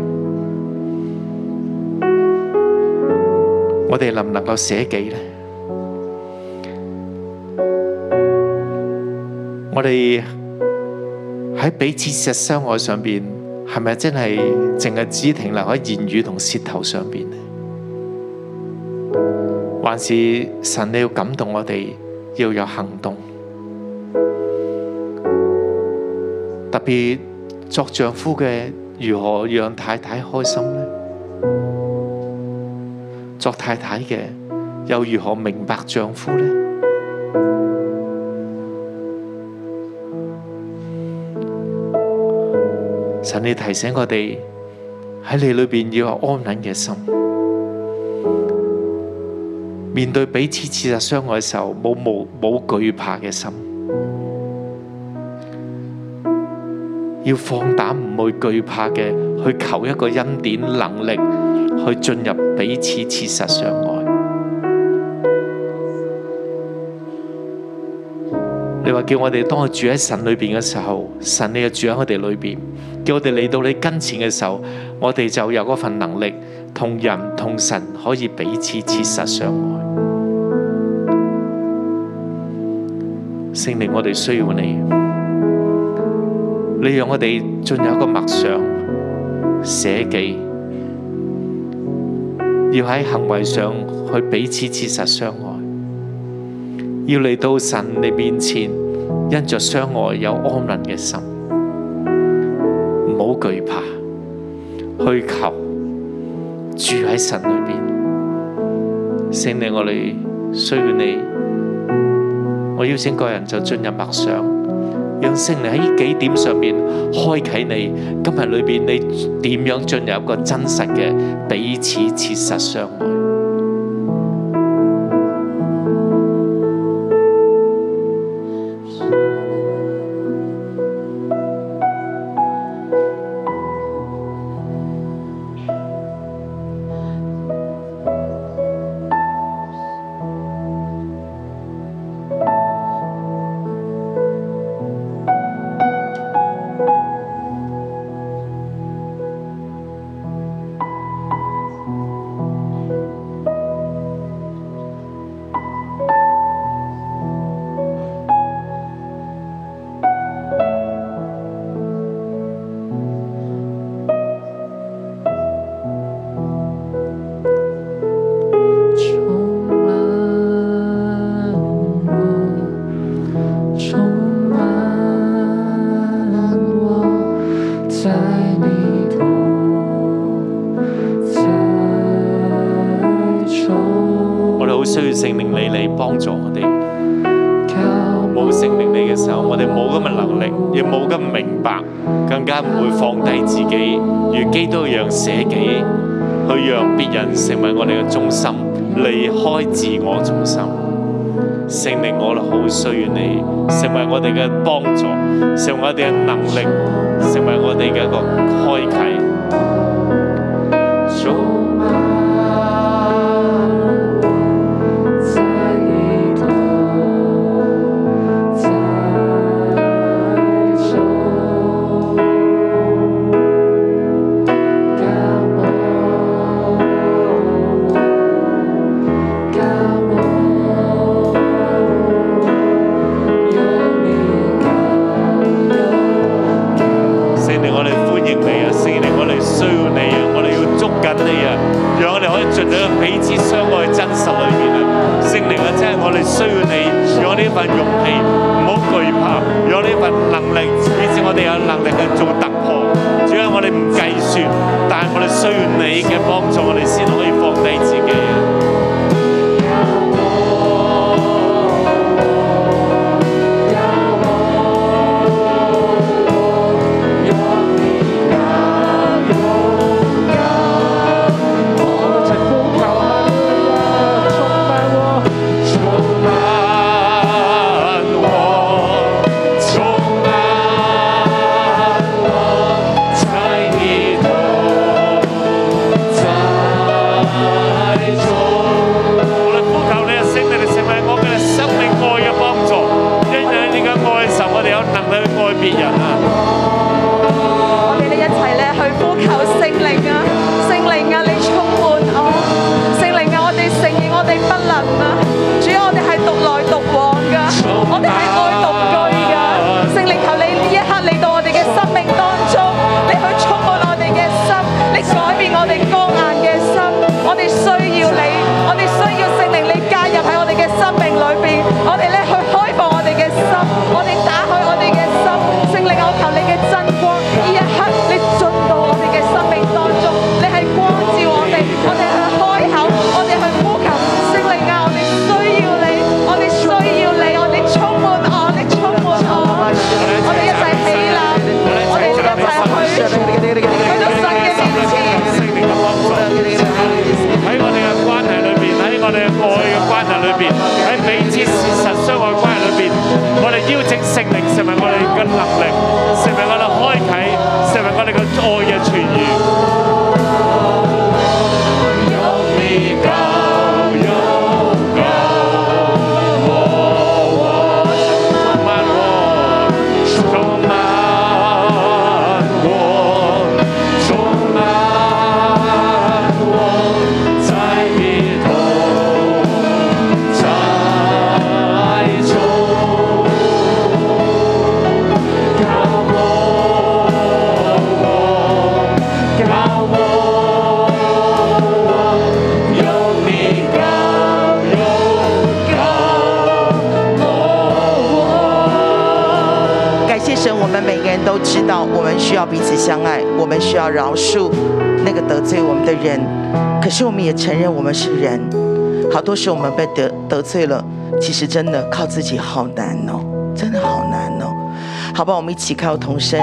[SPEAKER 8] 我哋能唔能夠捨己呢？我哋喺彼此切實相愛上邊，係咪真係淨係只停留喺言語同舌頭上邊呢？還是神你要感動我哋，要有行動？特別作丈夫嘅如何讓太太開心呢？作太太嘅又如何明白丈夫呢？神，你提醒我哋喺你裏邊要有安穩嘅心，面對彼此切實相愛嘅時候，冇冇冇懼怕嘅心。要放膽唔去懼怕嘅，去求一個恩典能力，去進入彼此切實相愛。你話叫我哋當我住喺神裏邊嘅時候，神你就住喺我哋裏邊，叫我哋嚟到你跟前嘅時候，我哋就有嗰份能力，同人同神可以彼此切實相愛。聖靈，我哋需要你。你讓我哋進入一個默想、捨己，要喺行為上去彼此切實相愛，要嚟到神你面前，因着相愛有安穩嘅心，唔好懼怕，去求住喺神裏邊。聖靈，我哋需要你，我邀請個人就進入默想。讓聖靈喺呢幾點上面開啟你，今日裏邊你點樣進入一個真實嘅彼此切實相愛？
[SPEAKER 7] 充满我，充满我，在你同在中
[SPEAKER 8] 我哋好需要聖靈你嚟幫助我哋。
[SPEAKER 7] 靠
[SPEAKER 8] 冇聖靈你嘅時候，我哋冇咁嘅能力，亦冇咁明白，更加唔會放低自己，如基督一樣捨己，去讓別人成為我哋嘅中心，離開自我中心。聖靈，我哋好需要你成為我哋嘅幫助，成為我哋嘅能力，成為我哋嘅一個開啟。
[SPEAKER 7] 充满我，在你同在中，高我，高我，有你高我。
[SPEAKER 8] 聖靈，我哋歡迎你啊！聖靈，我哋需要你啊！我哋要捉緊你啊！讓我哋可以進入一個彼此相愛嘅真實裏面啊！聖靈啊，真係我哋需要你，讓我呢份勇氣，唔好懼怕，讓呢份能力，以致我哋有能力去做突破。主啊，我哋唔計算，但係我哋需要你嘅幫助，我哋先可以放低自己啊！
[SPEAKER 7] 在
[SPEAKER 5] 啊啊
[SPEAKER 8] 能力，成為我哋開啟，成為我哋嘅愛嘅泉源。
[SPEAKER 6] 感谢神，我们每个人都知道，我们需要彼此相爱，我们需要饶恕那个得罪我们的人。可是我们也承认我们是人，好多时候我们被得得罪了，其实真的靠自己好难哦，真的好难哦。好不好？我们一起开口同声。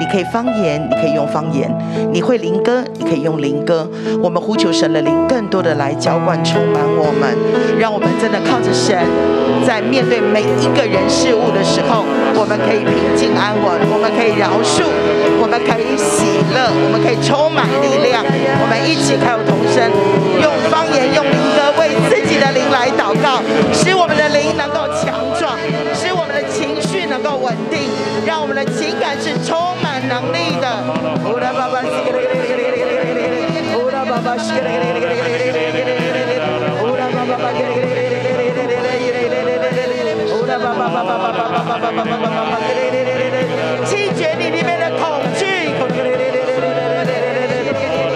[SPEAKER 6] 你可以方言，你可以用方言；你会灵歌，你可以用灵歌。我们呼求神的灵更多的来浇灌、充满我们，让我们真的靠着神，在面对每一个人事物的时候，我们可以平静安稳，我们可以饶恕，我们可以喜乐，我们可以充满力量。我们一起开口同声，用方言、用灵歌为自己的灵来祷告，使我们的灵能够强壮，使我们的情绪能够稳定，让我们的情感是充满能力的。清绝你里面的恐惧，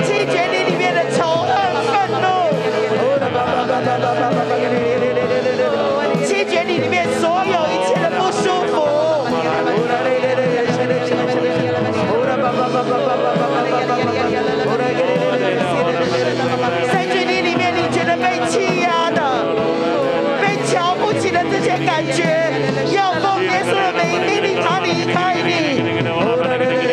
[SPEAKER 6] 清绝你里面的仇恨、愤怒，清绝你里面所有一切的不舒服。在绝你里面，你觉得被欺压的。被瞧不起的这些感觉，要奉耶稣的名命令他离开你。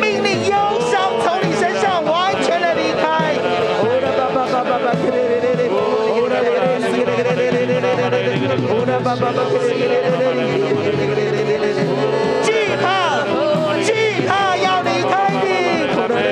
[SPEAKER 6] 命令忧伤从你身上完全的离开。惧怕，惧怕要离开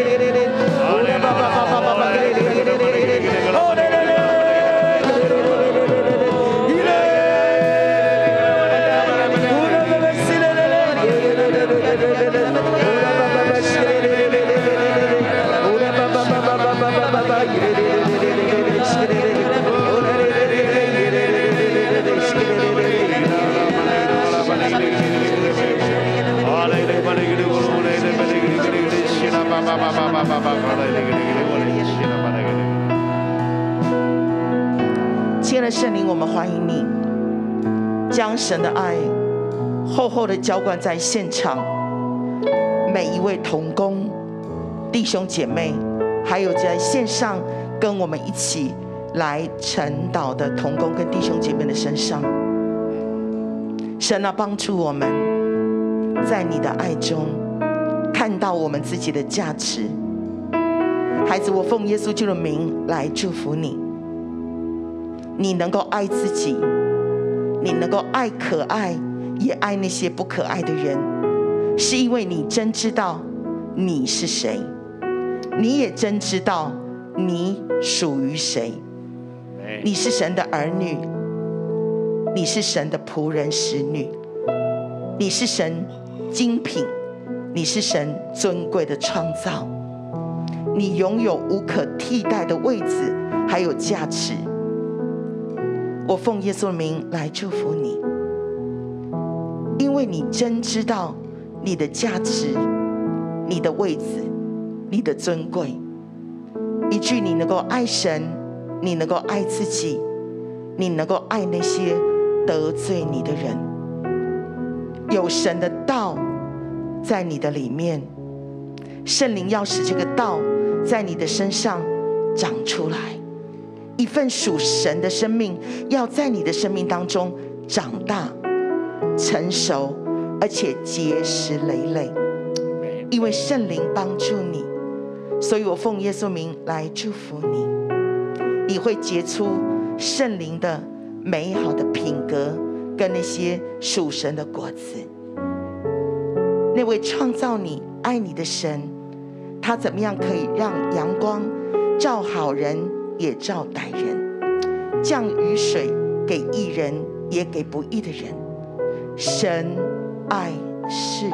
[SPEAKER 6] 亲爱的圣灵，我们欢迎你，将神的爱厚厚的浇灌在现场每一位同工、弟兄姐妹，还有在线上跟我们一起来晨祷的同工跟弟兄姐妹的身上。神啊，帮助我们在你的爱中看到我们自己的价值。孩子，我奉耶稣基督的名来祝福你。你能够爱自己，你能够爱可爱，也爱那些不可爱的人，是因为你真知道你是谁，你也真知道你属于谁。你是神的儿女，你是神的仆人使女，你是神精品，你是神尊贵的创造，你拥有无可替代的位置，还有价值。我奉耶稣的名来祝福你，因为你真知道你的价值、你的位置、你的尊贵，以至于你能够爱神，你能够爱自己，你能够爱那些得罪你的人。有神的道在你的里面，圣灵要使这个道在你的身上长出来，一份属神的生命要在你的生命当中长大、成熟，而且结实累累。因为圣灵帮助你，所以我奉耶稣名来祝福你，你会结出圣灵的美好的品格跟那些属神的果子。那位创造你、爱你的神，他怎么样可以让阳光照好人也照歹人，降雨水给义人也给不义的人？神爱世人。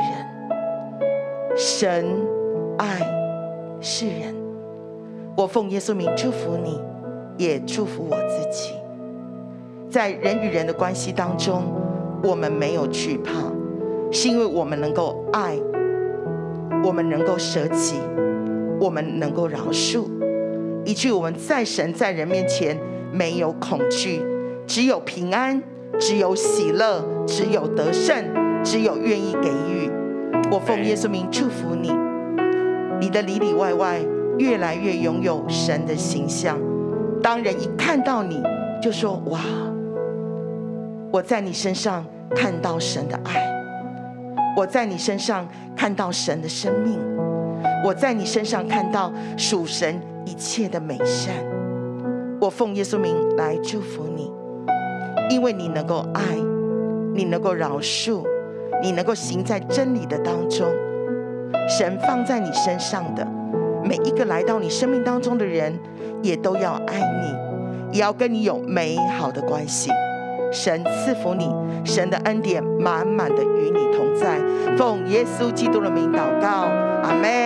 [SPEAKER 6] 神爱世人。我奉耶稣名祝福你，也祝福我自己。在人与人的关系当中，我们没有惧怕，是因为我们能够爱，我们能够舍己，我们能够饶恕，以至于我们在神在人面前没有恐惧，只有平安，只有喜乐，只有得胜，只有愿意给予。我奉耶稣名祝福你，你的里里外外越来越拥有神的形象。当人一看到你，就说：“哇，我在你身上看到神的爱，我在你身上看到神的生命，我在你身上看到属神一切的美善。”我奉耶稣名来祝福你，因为你能够爱，你能够饶恕，你能够行在真理的当中。神放在你身上的每一个来到你生命当中的人，也都要爱你，也要跟你有美好的关系。神赐福你，神的恩典满满的与你同在。奉耶稣基督的名祷告，阿门。